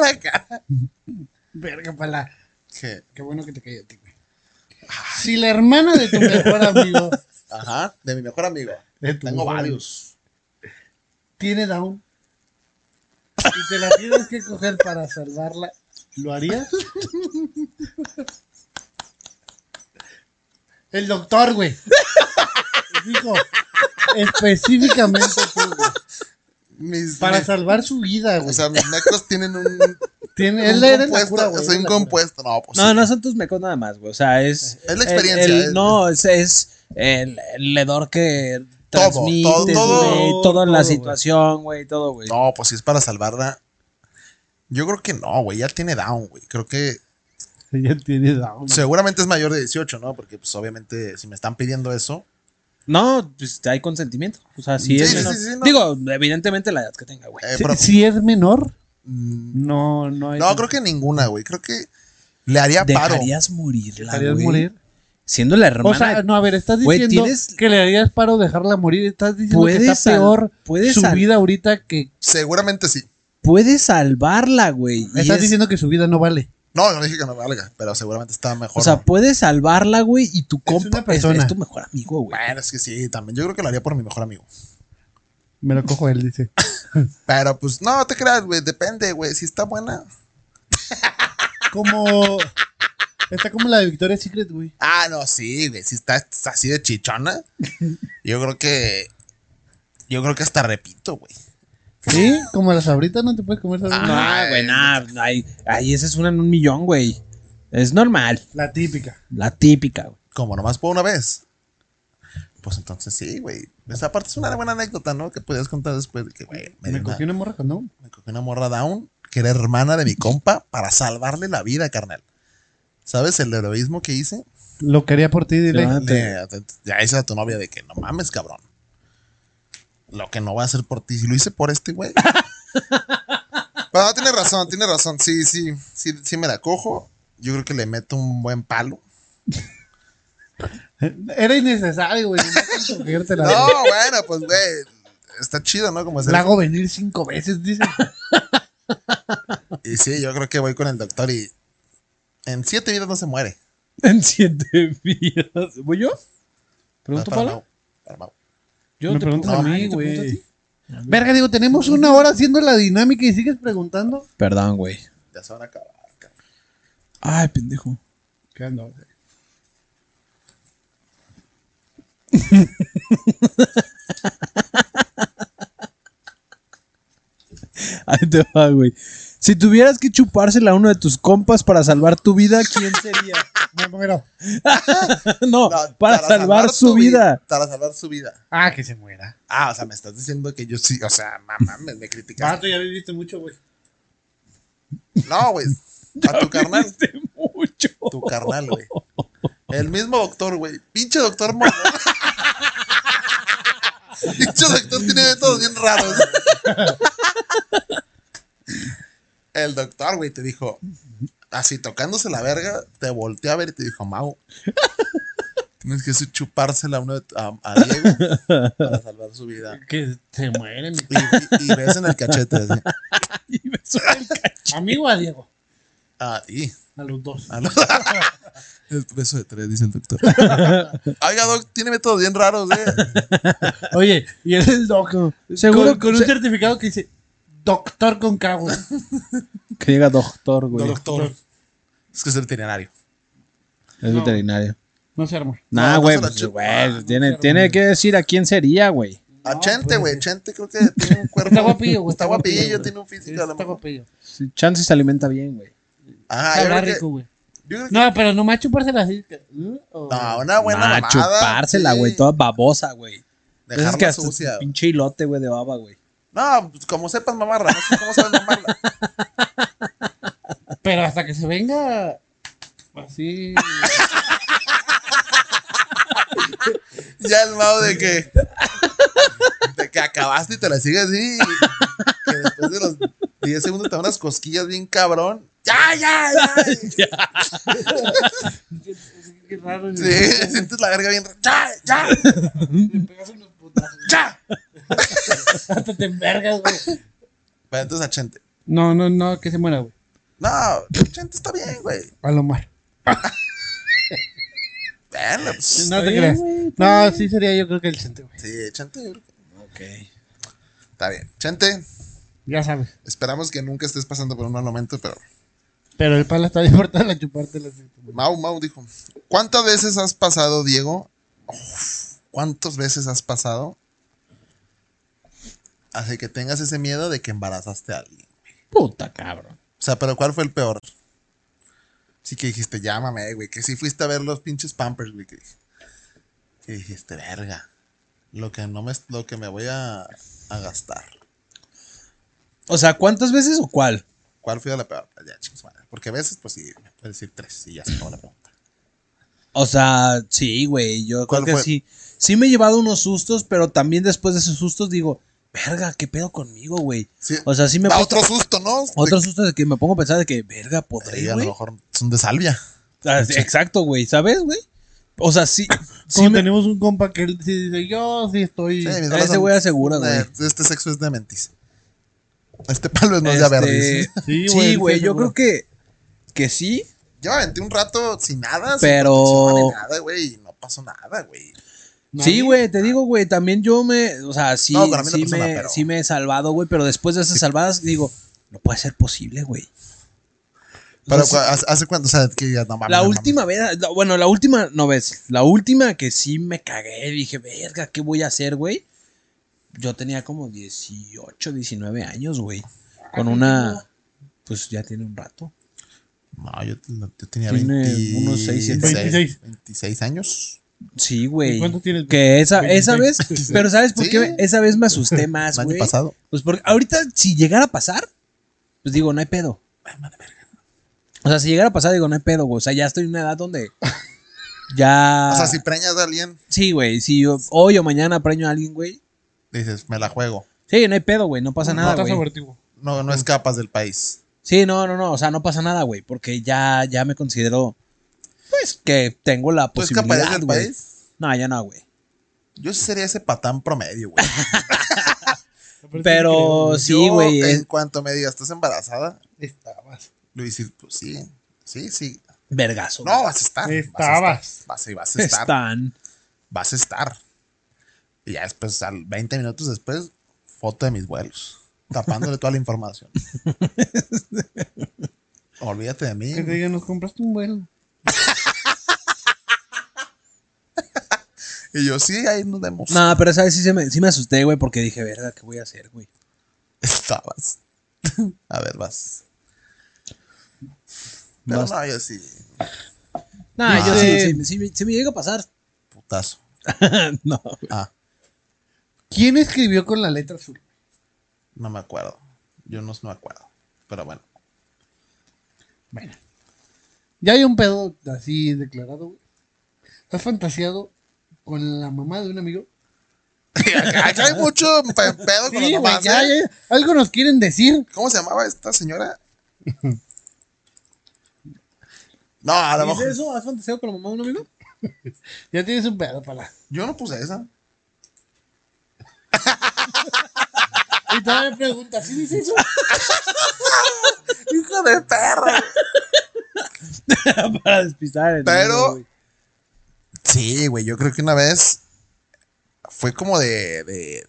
S5: La cara.
S4: Verga, pala.
S5: Que-
S4: Qué bueno que te callaste, güey. Si la hermana de tu mejor amigo
S5: Ajá, de mi mejor amigo.
S4: De tu
S5: Tengo
S4: mejor
S5: varios.
S4: tiene down y te la tienes que coger para salvarla, ¿lo harías? El doctor, güey. Dijo, específicamente tú, güey,
S5: Mis-
S4: Para
S5: mis-
S4: salvar su vida,
S5: o
S4: güey.
S5: sea, mis necros tienen un
S4: Tiene,
S5: un
S4: él era la
S5: compuesto,
S4: cura, güey.
S5: soy
S4: era
S5: un
S4: la cura.
S5: compuesto. No, pues
S3: No,
S5: sí.
S3: no son tus mecos nada más, güey. O sea, es.
S5: Es la experiencia,
S3: el- el-
S5: es-
S3: no, es, es el, el hedor que
S5: Todo,
S3: transmite,
S5: todo,
S3: güey.
S5: todo,
S3: Todo, en la
S4: todo, güey.
S3: situación, güey. Todo, güey.
S5: No, pues si es para salvarla. Yo creo que no, güey. Ya tiene down, güey. Creo que
S6: Ella tiene down.
S5: seguramente es mayor de 18, ¿no? Porque, pues, obviamente, si me están pidiendo eso.
S3: No, pues hay consentimiento. O sea, si
S5: Sí,
S3: es
S5: sí,
S3: menor-
S5: sí, sí, no.
S3: Digo, evidentemente la edad que tenga, güey.
S5: eh,
S6: Si,
S5: pero-
S6: si es menor,
S5: mm,
S6: no, no es.
S5: no, creo que ninguna, güey. Creo que le haría paro.
S3: Dejarías morirla,
S5: Ah,
S6: ¿Dejarías
S3: güey.
S6: morir?
S3: Siendo la hermana.
S6: O sea, no, a ver, estás
S3: Güey,
S6: diciendo
S3: tienes-
S6: que le harías paro dejarla morir. Estás diciendo que
S3: puedes
S6: está
S3: sal-
S6: peor
S3: puedes
S6: su
S3: sal-
S6: vida ahorita que.
S5: Seguramente sí.
S3: puedes salvarla, güey. y
S6: Estás
S3: es-
S6: diciendo que su vida no vale.
S5: No, yo no dije que no valga, pero seguramente está mejor.
S3: O sea, puedes salvarla, güey, y tu compa
S6: una
S3: es,
S6: persona.
S3: es tu mejor amigo, güey.
S5: bueno, es que sí, también. Yo creo que lo haría por mi mejor amigo.
S6: Me lo cojo él, dice.
S5: Pero, pues, no te creas, güey. Depende, güey. Si está buena.
S6: Como. Está como la de Victoria's Secret, güey.
S5: Ah, no, sí, güey. Si está así de chichona, yo creo que. Yo creo que hasta repito, güey.
S6: Sí, como las ahorita no te puedes comer esas
S5: Ah.
S3: No, güey, nah, no, ahí, ahí esa es una en un millón, güey. Es normal,
S4: La típica.
S3: la típica, güey.
S5: como nomás fue una vez. Pues entonces sí, güey. Esa parte es una buena anécdota, ¿no? Que podías contar después de que, güey, me,
S6: Me
S5: dio
S6: cogí
S5: una,
S6: una morra con down.
S5: me cogí una morra down que era hermana de mi compa para salvarle la vida, carnal. ¿Sabes el heroísmo que hice?
S6: Lo quería por ti, dile.
S3: Ah, te-
S5: Le- te- ya hice a tu novia de que no mames, cabrón. Lo que no voy a hacer por ti, si lo hice por este, güey. Pero no, tiene razón, tiene razón. Sí, sí, sí, sí me la cojo. Yo creo que le meto un buen palo.
S4: Era innecesario, güey.
S6: Cogértela.
S5: No, bueno, pues, güey. Está chido, ¿no? Como hacer
S4: La hago venir cinco veces, dice.
S5: Y sí, yo creo que voy con el doctor y en siete vidas no se muere.
S3: En siete vidas. ¿Voy yo? ¿Pregunto
S5: No, para
S3: para?
S5: Mau, para Mau.
S3: Yo
S6: Me
S3: te
S6: preguntas
S3: pregunto-
S6: a mí,
S3: Ah, ¿yo te pregunto a
S6: güey.
S3: ti?
S6: Verga, digo, tenemos una hora haciendo la dinámica y sigues preguntando.
S3: Perdón, güey.
S5: Ya se van a acabar. cabrón.
S3: Ay, pendejo.
S4: ¿Qué ando?
S3: Ahí te va, güey. Si tuvieras que chupársela a uno de tus compas para salvar tu vida, ¿quién sería?
S6: Me
S7: pues
S6: muero.
S3: no,
S5: No,
S3: para, salvar, su
S5: tu
S3: vida.
S5: Para salvar su vida.
S6: Ah, que se muera.
S5: Ah, o sea, me estás diciendo que yo sí, o sea, mamá, me, me criticaste.
S4: Vato, ya viviste mucho, güey.
S5: No, güey. A tu carnal.
S3: Viste mucho.
S5: Tu carnal, güey. El mismo doctor, güey. Pinche doctor mamón. Pinche doctor tiene métodos bien raros. El doctor, güey, te dijo, así tocándose la verga, te volteó a ver y te dijo, Mau, tienes que chupársela a, uno de tu- a, a Diego para salvar su vida.
S7: Que se muere, mi
S5: Y, y- y ves en el cachete, así.
S3: Y me suena el cachete.
S7: amigo a Diego.
S5: Ah, y.
S7: A los dos.
S5: Ah, no. El beso de tres, dice el doctor. Oiga, Doc, tiene métodos bien raros, ¿eh?
S7: Oye, y él es el doc. ¿no?
S3: Seguro
S7: con, con un
S3: se-
S7: certificado que dice doctor con cabo.
S3: Que llega doctor, güey.
S5: Doctor. Es que es veterinario.
S3: Es veterinario.
S7: No se armó.
S3: Nah,
S5: No,
S3: güey,
S5: no se la
S3: pues,
S5: chupa.
S3: güey, tiene, tiene que decir a quién sería, güey.
S5: A Chente, güey. Chente creo que tiene un cuerpo.
S7: Está guapillo, güey.
S5: Está guapillo, tiene un físico. a lo
S7: Está
S5: mejor.
S7: guapillo.
S3: Si Chance se alimenta bien, güey.
S5: Ah, yo
S7: Está
S5: creo que.
S7: rico, güey.
S5: yo creo que-
S7: No, pero nomás chupársela así. ¿eh? O-
S5: No, una buena
S3: Nah,
S5: mamada.
S3: chupársela,
S5: sí.
S3: güey, toda babosa, güey. Pues
S5: Dejarla
S3: Es que hasta
S5: sucia.
S3: pinche hilote, güey, de baba, güey.
S5: No, pues, como sepas mamarla. No sé cómo sabes mamarla.
S7: Pero hasta que se venga así.
S5: Ya el mao de que. De que acabaste y te la sigues así. y Que después de los 10 segundos te dan unas cosquillas bien cabrón. ¡Ya, ya, ya!
S7: Qué raro.
S5: Sí, sientes la verga bien. ¡Ya! ¡Ya! ¡Ya!
S7: Hasta te envergas, güey.
S5: Pero entonces a Chente.
S7: No, no, no, que se muera, güey.
S5: No, Chente está bien, güey.
S7: A lo mar.
S5: Bueno, pues,
S7: No te creas. No, sí sería yo creo que el chente, güey.
S5: sí, Chente. yo creo que- Está bien. Chente,
S7: Ya sabes.
S5: esperamos que nunca estés pasando por un mal momento, pero.
S7: Pero el palo está bien portado a chupártela pues. así.
S5: Mau, Mau dijo: ¿Cuántas veces has pasado, Diego? Uf, ¿Cuántas veces has pasado? Hace que tengas ese miedo de que embarazaste a alguien.
S3: Puta cabrón.
S5: O sea, pero ¿cuál fue el peor? Sí que dijiste, llámame, güey. Que sí fuiste a ver los pinches Pampers, güey. Que, que dijiste, verga. Lo que no me, lo que me voy a, a gastar.
S3: O sea, ¿cuántas veces o cuál?
S5: ¿Cuál fue la peor? Pues Ya, chicos, madre. Porque a veces, pues sí, me puedes decir tres y ya se acabó la pregunta.
S3: O sea, sí, güey, yo creo
S5: ¿Cuál
S3: que
S5: fue?
S3: sí. Sí me he llevado unos sustos, pero también después de esos sustos digo, verga, ¿qué pedo conmigo, güey?
S5: Sí.
S3: O sea, sí me
S5: Da
S3: pongo-
S5: otro susto, ¿no?
S3: otro susto de que me pongo a pensar de que, verga,
S5: De-
S3: podré,
S5: eh, a lo
S3: güey.
S5: mejor son de salvia.
S3: Ah, sí, Exacto, güey, ¿sabes, güey? O sea, sí, sí
S6: Como
S3: me-
S6: tenemos un compa que él sí dice, yo sí estoy.
S5: Sí, mis
S3: ese
S5: balas son-
S3: güey asegura, güey.
S5: Eh, Este sexo es de mentis. Este palo no es de
S3: este,
S5: averdis.
S6: Sí,
S3: Sí,
S6: él
S3: güey,
S6: sí
S3: yo
S6: asegura.
S3: creo que, que sí,
S5: Yo me aventé un rato sin nada,
S3: Pero-
S5: sin protección ni nada, güey. y No pasó nada, güey.
S3: Sí, güey, te digo, güey, también yo me, o sea, sí,
S5: No, con la misma
S3: sí,
S5: persona,
S3: me,
S5: pero-
S3: sí me he salvado, güey, pero después de esas salvadas digo, no puede ser posible, güey.
S5: Pero
S3: Entonces,
S5: cua- hace, hace cuánto, o sea, que digas, no mames,
S3: la
S5: no
S3: última vez, la- bueno, la última, no ves, la última que sí me cagué, dije, verga, ¿qué voy a hacer, güey? Yo tenía como 18, 19 años, güey, con una, pues ya tiene un rato.
S5: mames. No, yo, no, yo tenía
S3: Tiene
S5: 20,
S3: unos seis, siete.
S5: 26. 26 años.
S3: Sí,
S6: ¿Y
S3: güey.
S6: cuánto tienes?
S3: Que esa, esa vez, pero ¿sabes por
S5: Sí.
S3: qué? Esa vez me asusté más,
S5: El año
S3: güey.
S5: pasado.
S3: Pues porque ahorita, si llegara a pasar, pues digo, no hay pedo. O sea, si llegara a pasar, digo, no hay pedo, güey. O sea, ya estoy en una edad donde ya.
S5: O sea, si preñas a alguien,
S3: Sí, güey. Si yo- hoy o mañana preño a alguien, güey.
S5: dices, me la juego.
S3: Sí, no hay pedo, güey. No pasa nada,
S7: Estás
S3: güey.
S7: abortivo.
S5: No,
S3: Pues
S5: no escapas del país.
S3: Sí, no, no, no. O sea, no pasa nada, güey. Porque ya, ya me considero. Pues que tengo la
S5: ¿Tú escaparías
S3: posibilidad,
S5: Pues, del
S3: güey.
S5: país?
S3: No, ya no, güey.
S5: Yo sí sería ese patán promedio, güey.
S3: Pero Pues sí,
S5: Yo, eh,
S3: güey.
S5: En
S3: es-
S5: cuanto me digas, ¿estás embarazada?
S6: Estabas.
S5: Le voy a decir, pues sí, sí, sí.
S3: Vergazo.
S4: Pues
S5: No, vas a
S4: Ah,
S5: estar.
S6: Estabas.
S5: Vas a estar. Vas, a- vas a estar.
S3: Están.
S5: Vas a estar. Y ya después, al 20 minutos después, foto de mis vuelos. Tapándole toda la información. Olvídate de mí.
S6: Que te digan, nos compraste un vuelo.
S5: Y yo, sí, ahí nos vemos.
S3: No, pero esa vez sí, se me, sí me asusté, güey, porque dije, verga, ¿qué voy a hacer, güey?
S5: Estabas. A ver, vas. Pero
S3: Vas.
S5: no, yo sí,
S3: Nah, yo
S5: Ah.
S3: sí, sí, sí me- sí me llega a pasar.
S5: putazo.
S3: no.
S5: Ah,
S4: ¿Quién escribió con la letra azul?
S5: no me acuerdo. Yo no, no me acuerdo. Pero bueno.
S4: Ya hay un pedo así declarado, güey. ¿Estás fantaseado con la mamá de un amigo?
S5: Acá hay mucho pe- pedo con los
S4: Sí, güey,
S5: mamás,
S4: ya,
S5: ¿eh?
S4: ya, Algo nos quieren decir.
S5: ¿Cómo se llamaba esta señora? No, a lo mejor.
S3: eso? ¿Has fantaseado con la mamá de un amigo?
S4: Ya tienes un pedo para.
S5: Yo no puse esa.
S4: Y todavía me pregunta, ¿sí dice eso?
S5: Hijo de perra.
S3: Para despistar. el
S5: Pero-
S3: niño, güey.
S5: Sí, güey, yo creo que una vez fue como de, de-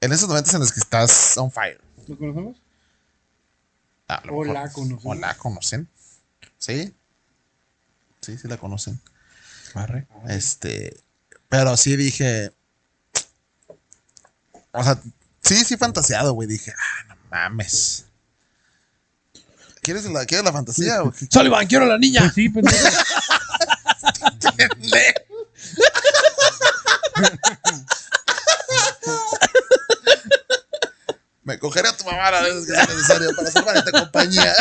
S5: En esos momentos en los que estás on fire.
S4: ¿Lo conocemos?
S5: A lo
S4: O
S5: mejor-
S4: la conocen.
S5: O la conocen. Sí. Sí, sí la conocen. Este. Pero sí dije. O sea, sí, sí fantaseado, güey. Dije, ah, no mames. ¿Quieres la, quieres la fantasía? güey?
S3: Sullivan, quiero a la niña.
S4: Sí, pendejo.
S5: Me cogeré a tu mamá a veces que sea necesario para salvar esta compañía.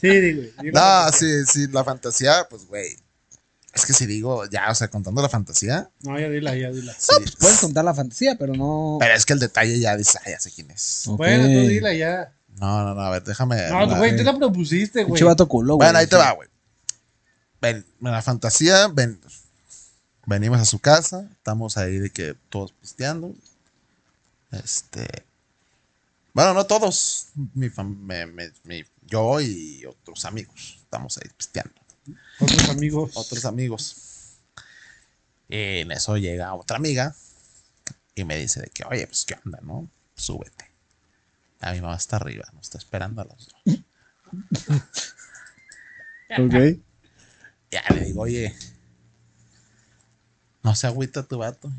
S4: Sí, güey.
S5: No, sí, sí, la fantasía, pues, güey. Es que si digo, ya, o sea, contando la fantasía.
S4: No, pues, ya dila, ya dila.
S5: sí,
S3: Puedes contar la fantasía, pero no.
S5: pero es que el detalle ya dice, ah, ya sé quién es.
S3: Ok.
S4: Bueno, tú dila ya.
S5: No, no, no, a ver, déjame.
S4: No,
S5: la-
S4: güey, tú la propusiste, güey.
S3: Pinche vato culo, güey.
S5: Bueno, ahí te va, güey. Ven, la fantasía, ven. Venimos a su casa, estamos ahí de que todos pisteando. Este. Bueno, no todos. Mi, fam- me- me- mi- yo y otros amigos. Estamos ahí pisteando.
S4: Otros amigos.
S5: Otros amigos. Y en eso llega otra amiga y me dice de que, oye, pues qué onda, ¿no? Súbete. A mi mamá está arriba, nos está esperando a los dos.
S3: Ok.
S5: Ya le digo, oye, no se agüita tu vato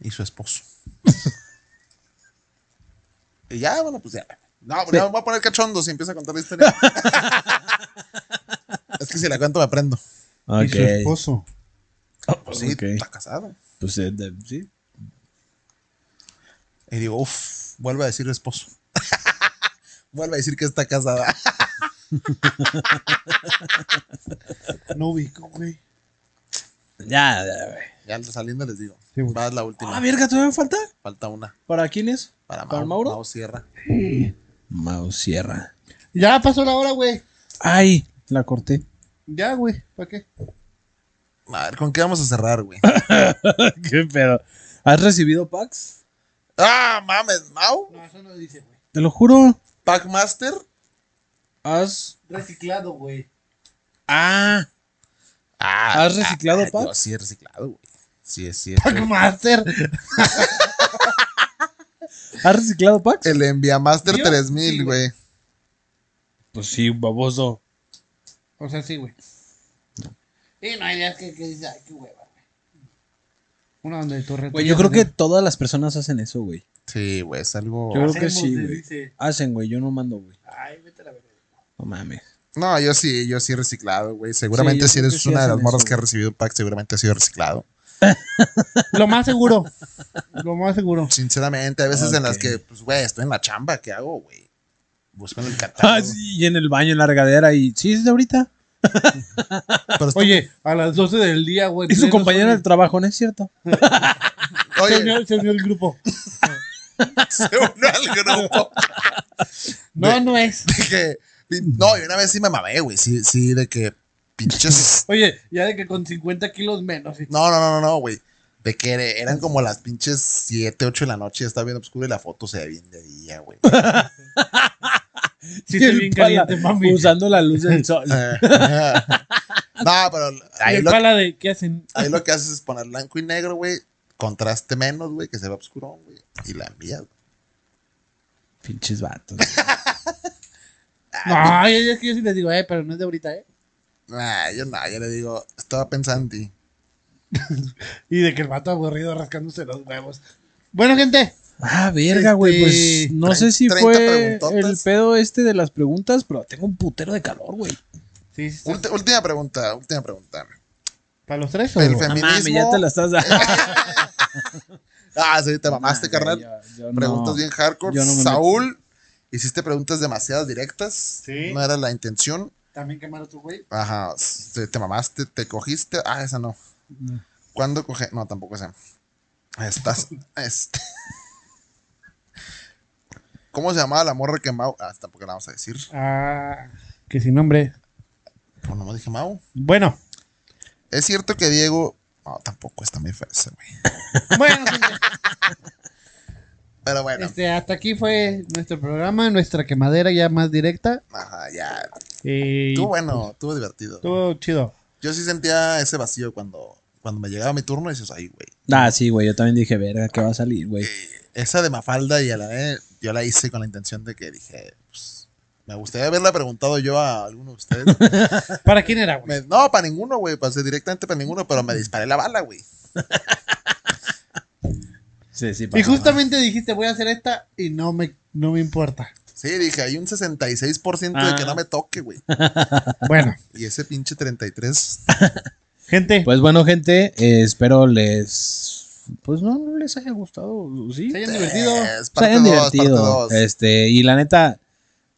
S5: y su esposo. y ya, bueno, pues ya. No, pues ya me voy a poner cachondo si empieza a contar la historia. es que si la cuento me aprendo.
S6: Y su
S1: Ok.
S6: esposo.
S5: Pues sí,
S1: Ok.
S5: está casado.
S1: Pues, eh, de- sí.
S5: Y digo, uff, vuelve a decir esposo. vuelve a decir que está casada.
S4: No ubico, güey.
S3: Ya, ya, güey.
S5: ya saliendo les digo,
S6: Sí, güey.
S5: va la
S3: Ah,
S5: última.
S3: verga, todavía me falta.
S5: Falta una
S3: ¿Para quién es?
S5: para,
S3: ¿Para
S5: Mau-
S3: Mauro?
S5: Mau Sierra.
S1: Mau Sierra.
S4: Ya pasó la hora, güey.
S3: Ay, la corté.
S4: Ya, güey. ¿Para qué?
S5: A ver, ¿con qué vamos a cerrar, güey?
S3: ¿Qué pedo? ¿Has recibido packs?
S5: ah, mames, Mau,
S4: No, eso no dice, güey.
S3: Te lo juro.
S5: Packmaster.
S3: ¿Has.
S4: Reciclado, güey.
S3: Ah,
S5: Ah,
S3: ¿Has reciclado
S5: pack?
S3: pack?
S5: Yo sí he reciclado, güey. Sí, es cierto.
S4: Master.
S3: ¿has reciclado packs?
S5: El Enviamaster
S4: Yo
S5: 3000,
S4: sí, güey.
S5: güey.
S3: Pues sí, baboso.
S4: O sea, sí, güey. Y no hay días que, que dices, ay, qué hueva, güey. Una onda de torre.
S3: Güey, yo creo que todas las personas hacen eso, güey.
S5: Sí, güey, es algo.
S3: Yo creo que sí,
S4: le
S3: güey.
S4: dice,
S3: Hacen, güey, yo no mando, güey.
S4: ay, vete a la verga.
S3: No mames.
S5: No, yo sí, yo sí he reciclado, güey. Seguramente
S3: yo
S5: si
S3: creo
S5: eres
S3: que sí
S5: una de
S3: hacen
S5: las morras
S3: eso,
S5: que ha recibido un pack, seguramente ha sido reciclado.
S4: Lo más seguro. Lo más seguro.
S5: Sinceramente, hay veces en las
S3: Ok.
S5: que, pues, güey, estoy en la chamba, ¿qué hago, güey? Busco en el catálogo.
S3: Ah, sí, y en el baño, en la regadera, y sí, es de ahorita.
S5: Pero estoy-
S4: Oye, a las 12 del día, güey.
S5: Pues
S3: Y su
S4: pleno
S3: compañera del
S4: sol,
S3: trabajo, ¿no es cierto?
S5: oye,
S4: Se unió, se unió el grupo.
S5: se unió al grupo.
S4: No, no es.
S5: De que- no, y una vez sí me mamé, güey. Sí, sí, de que pinches
S4: Oye, ya de que con 50 kilos menos. sí.
S5: No, no, no, no, no, güey. De que er- eran como las pinches 7, 8 de la noche, está bien oscuro y la foto se ve bien de día, güey.
S4: Sí, estoy bien caliente,
S3: Pala,
S4: mami.
S3: Usando la luz del sol.
S5: Eh, no, pero
S4: Y
S5: ahí
S4: el
S5: lo,
S4: pala de qué hacen.
S5: ahí lo que haces es poner blanco y negro, güey. Contraste menos, güey, que se ve oscuro, güey. Y la envías. güey.
S1: Pinches vatos.
S5: Ah.
S4: No, ay, es que yo sí les digo, eh, pero no es de ahorita, eh.
S5: Nah, yo no, yo le digo, estaba pensando en ti.
S4: Y de que el vato aburrido rascándose los huevos. Bueno, gente,
S3: Ah, verga, güey. Pues
S5: Este,
S3: no
S5: tre-
S3: sé si
S5: 30
S3: fue
S5: preguntotas.
S3: el pedo este de las preguntas, pero tengo un putero de calor, güey.
S7: Sí, sí, sí.
S5: Ulti- última pregunta, última pregunta.
S7: ¿Para los tres o no?
S5: El
S3: No
S5: feminismo.
S3: mames, ya te la estás dando.
S5: Ah, sí, te mamaste,
S3: Nah,
S5: carnal.
S3: güey, yo- yo
S5: preguntas
S3: no.
S5: bien hardcore.
S3: yo no me meto.
S5: Saúl, hiciste preguntas demasiado directas.
S7: Sí.
S5: No era la intención.
S4: También quemar a tu güey.
S5: Ajá, te, te mamaste, te cogiste. Ah, esa no.
S3: Mm.
S5: ¿Cuándo coge? No, tampoco esa. Estás. este. ¿Cómo se llamaba la morra que Mau? Ah, tampoco la vamos a decir.
S7: Ah, que sin nombre.
S5: Pero Pues no me dije Mau.
S7: Bueno.
S5: Es cierto que Diego. No, tampoco está muy feo ese, güey.
S7: Bueno, señor.
S5: Pero bueno.
S7: este, hasta aquí fue nuestro programa, nuestra quemadera ya más directa.
S5: Ajá, ya.
S4: Eh,
S7: Y
S5: Estuvo bueno, estuvo divertido.
S7: estuvo chido.
S5: Yo sí sentía ese vacío cuando, cuando me llegaba mi turno y dices, ay, güey. Eh,
S3: Ah, sí, güey. Yo también dije, verga, ¿qué va a salir, güey?
S5: Esa de Mafalda y a la vez yo la hice con la intención de que dije, pues, me gustaría haberla preguntado yo a alguno de ustedes.
S7: ¿Para quién era, güey?
S5: Me- no, para ninguno, güey, pasé directamente para ninguno, pero me disparé la bala, güey.
S3: Sí, sí,
S4: Y justamente dijiste, voy a hacer esta y no me, no me importa.
S5: Sí, dije, hay un 66% de que
S3: Ah.
S5: no me toque, güey.
S7: Bueno,
S5: Y ese pinche 33.
S7: gente,
S3: Pues bueno, gente, eh, espero les. Pues no, no les haya gustado, ¿sí?
S4: Se hayan divertido.
S5: Eh, Es
S3: Se
S5: parte
S3: hayan
S5: 2, parte
S3: divertido.
S5: 2.
S3: Este, y la neta,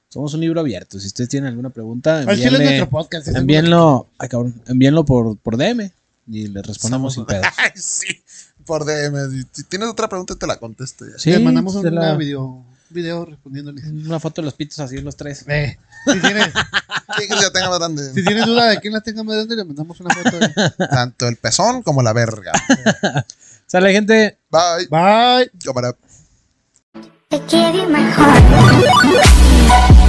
S3: somos un libro abierto. Si ustedes tienen alguna pregunta,
S4: Al chile es
S3: envíenle,
S4: nuestro podcast. es
S3: envíenlo, ay, cabrón, envíenlo por, por DM y les respondemos sin pedos.
S5: Ay, sí. Por DM. Si tienes otra pregunta, te la contesto ya.
S3: Sí,
S4: seguro. Le mandamos
S3: se
S4: un
S3: la-
S4: video, video respondiéndole.
S3: una foto de los pitos así los tres.
S4: Eh, si, tienes,
S5: Sí, que ya tenga más grande.
S4: si tienes duda de quién las tenga más grande, le mandamos una foto. de-
S5: Tanto el pezón como la verga.
S3: Sale, gente.
S5: Bye.
S7: bye.
S5: Cámara.
S8: I give you my heart.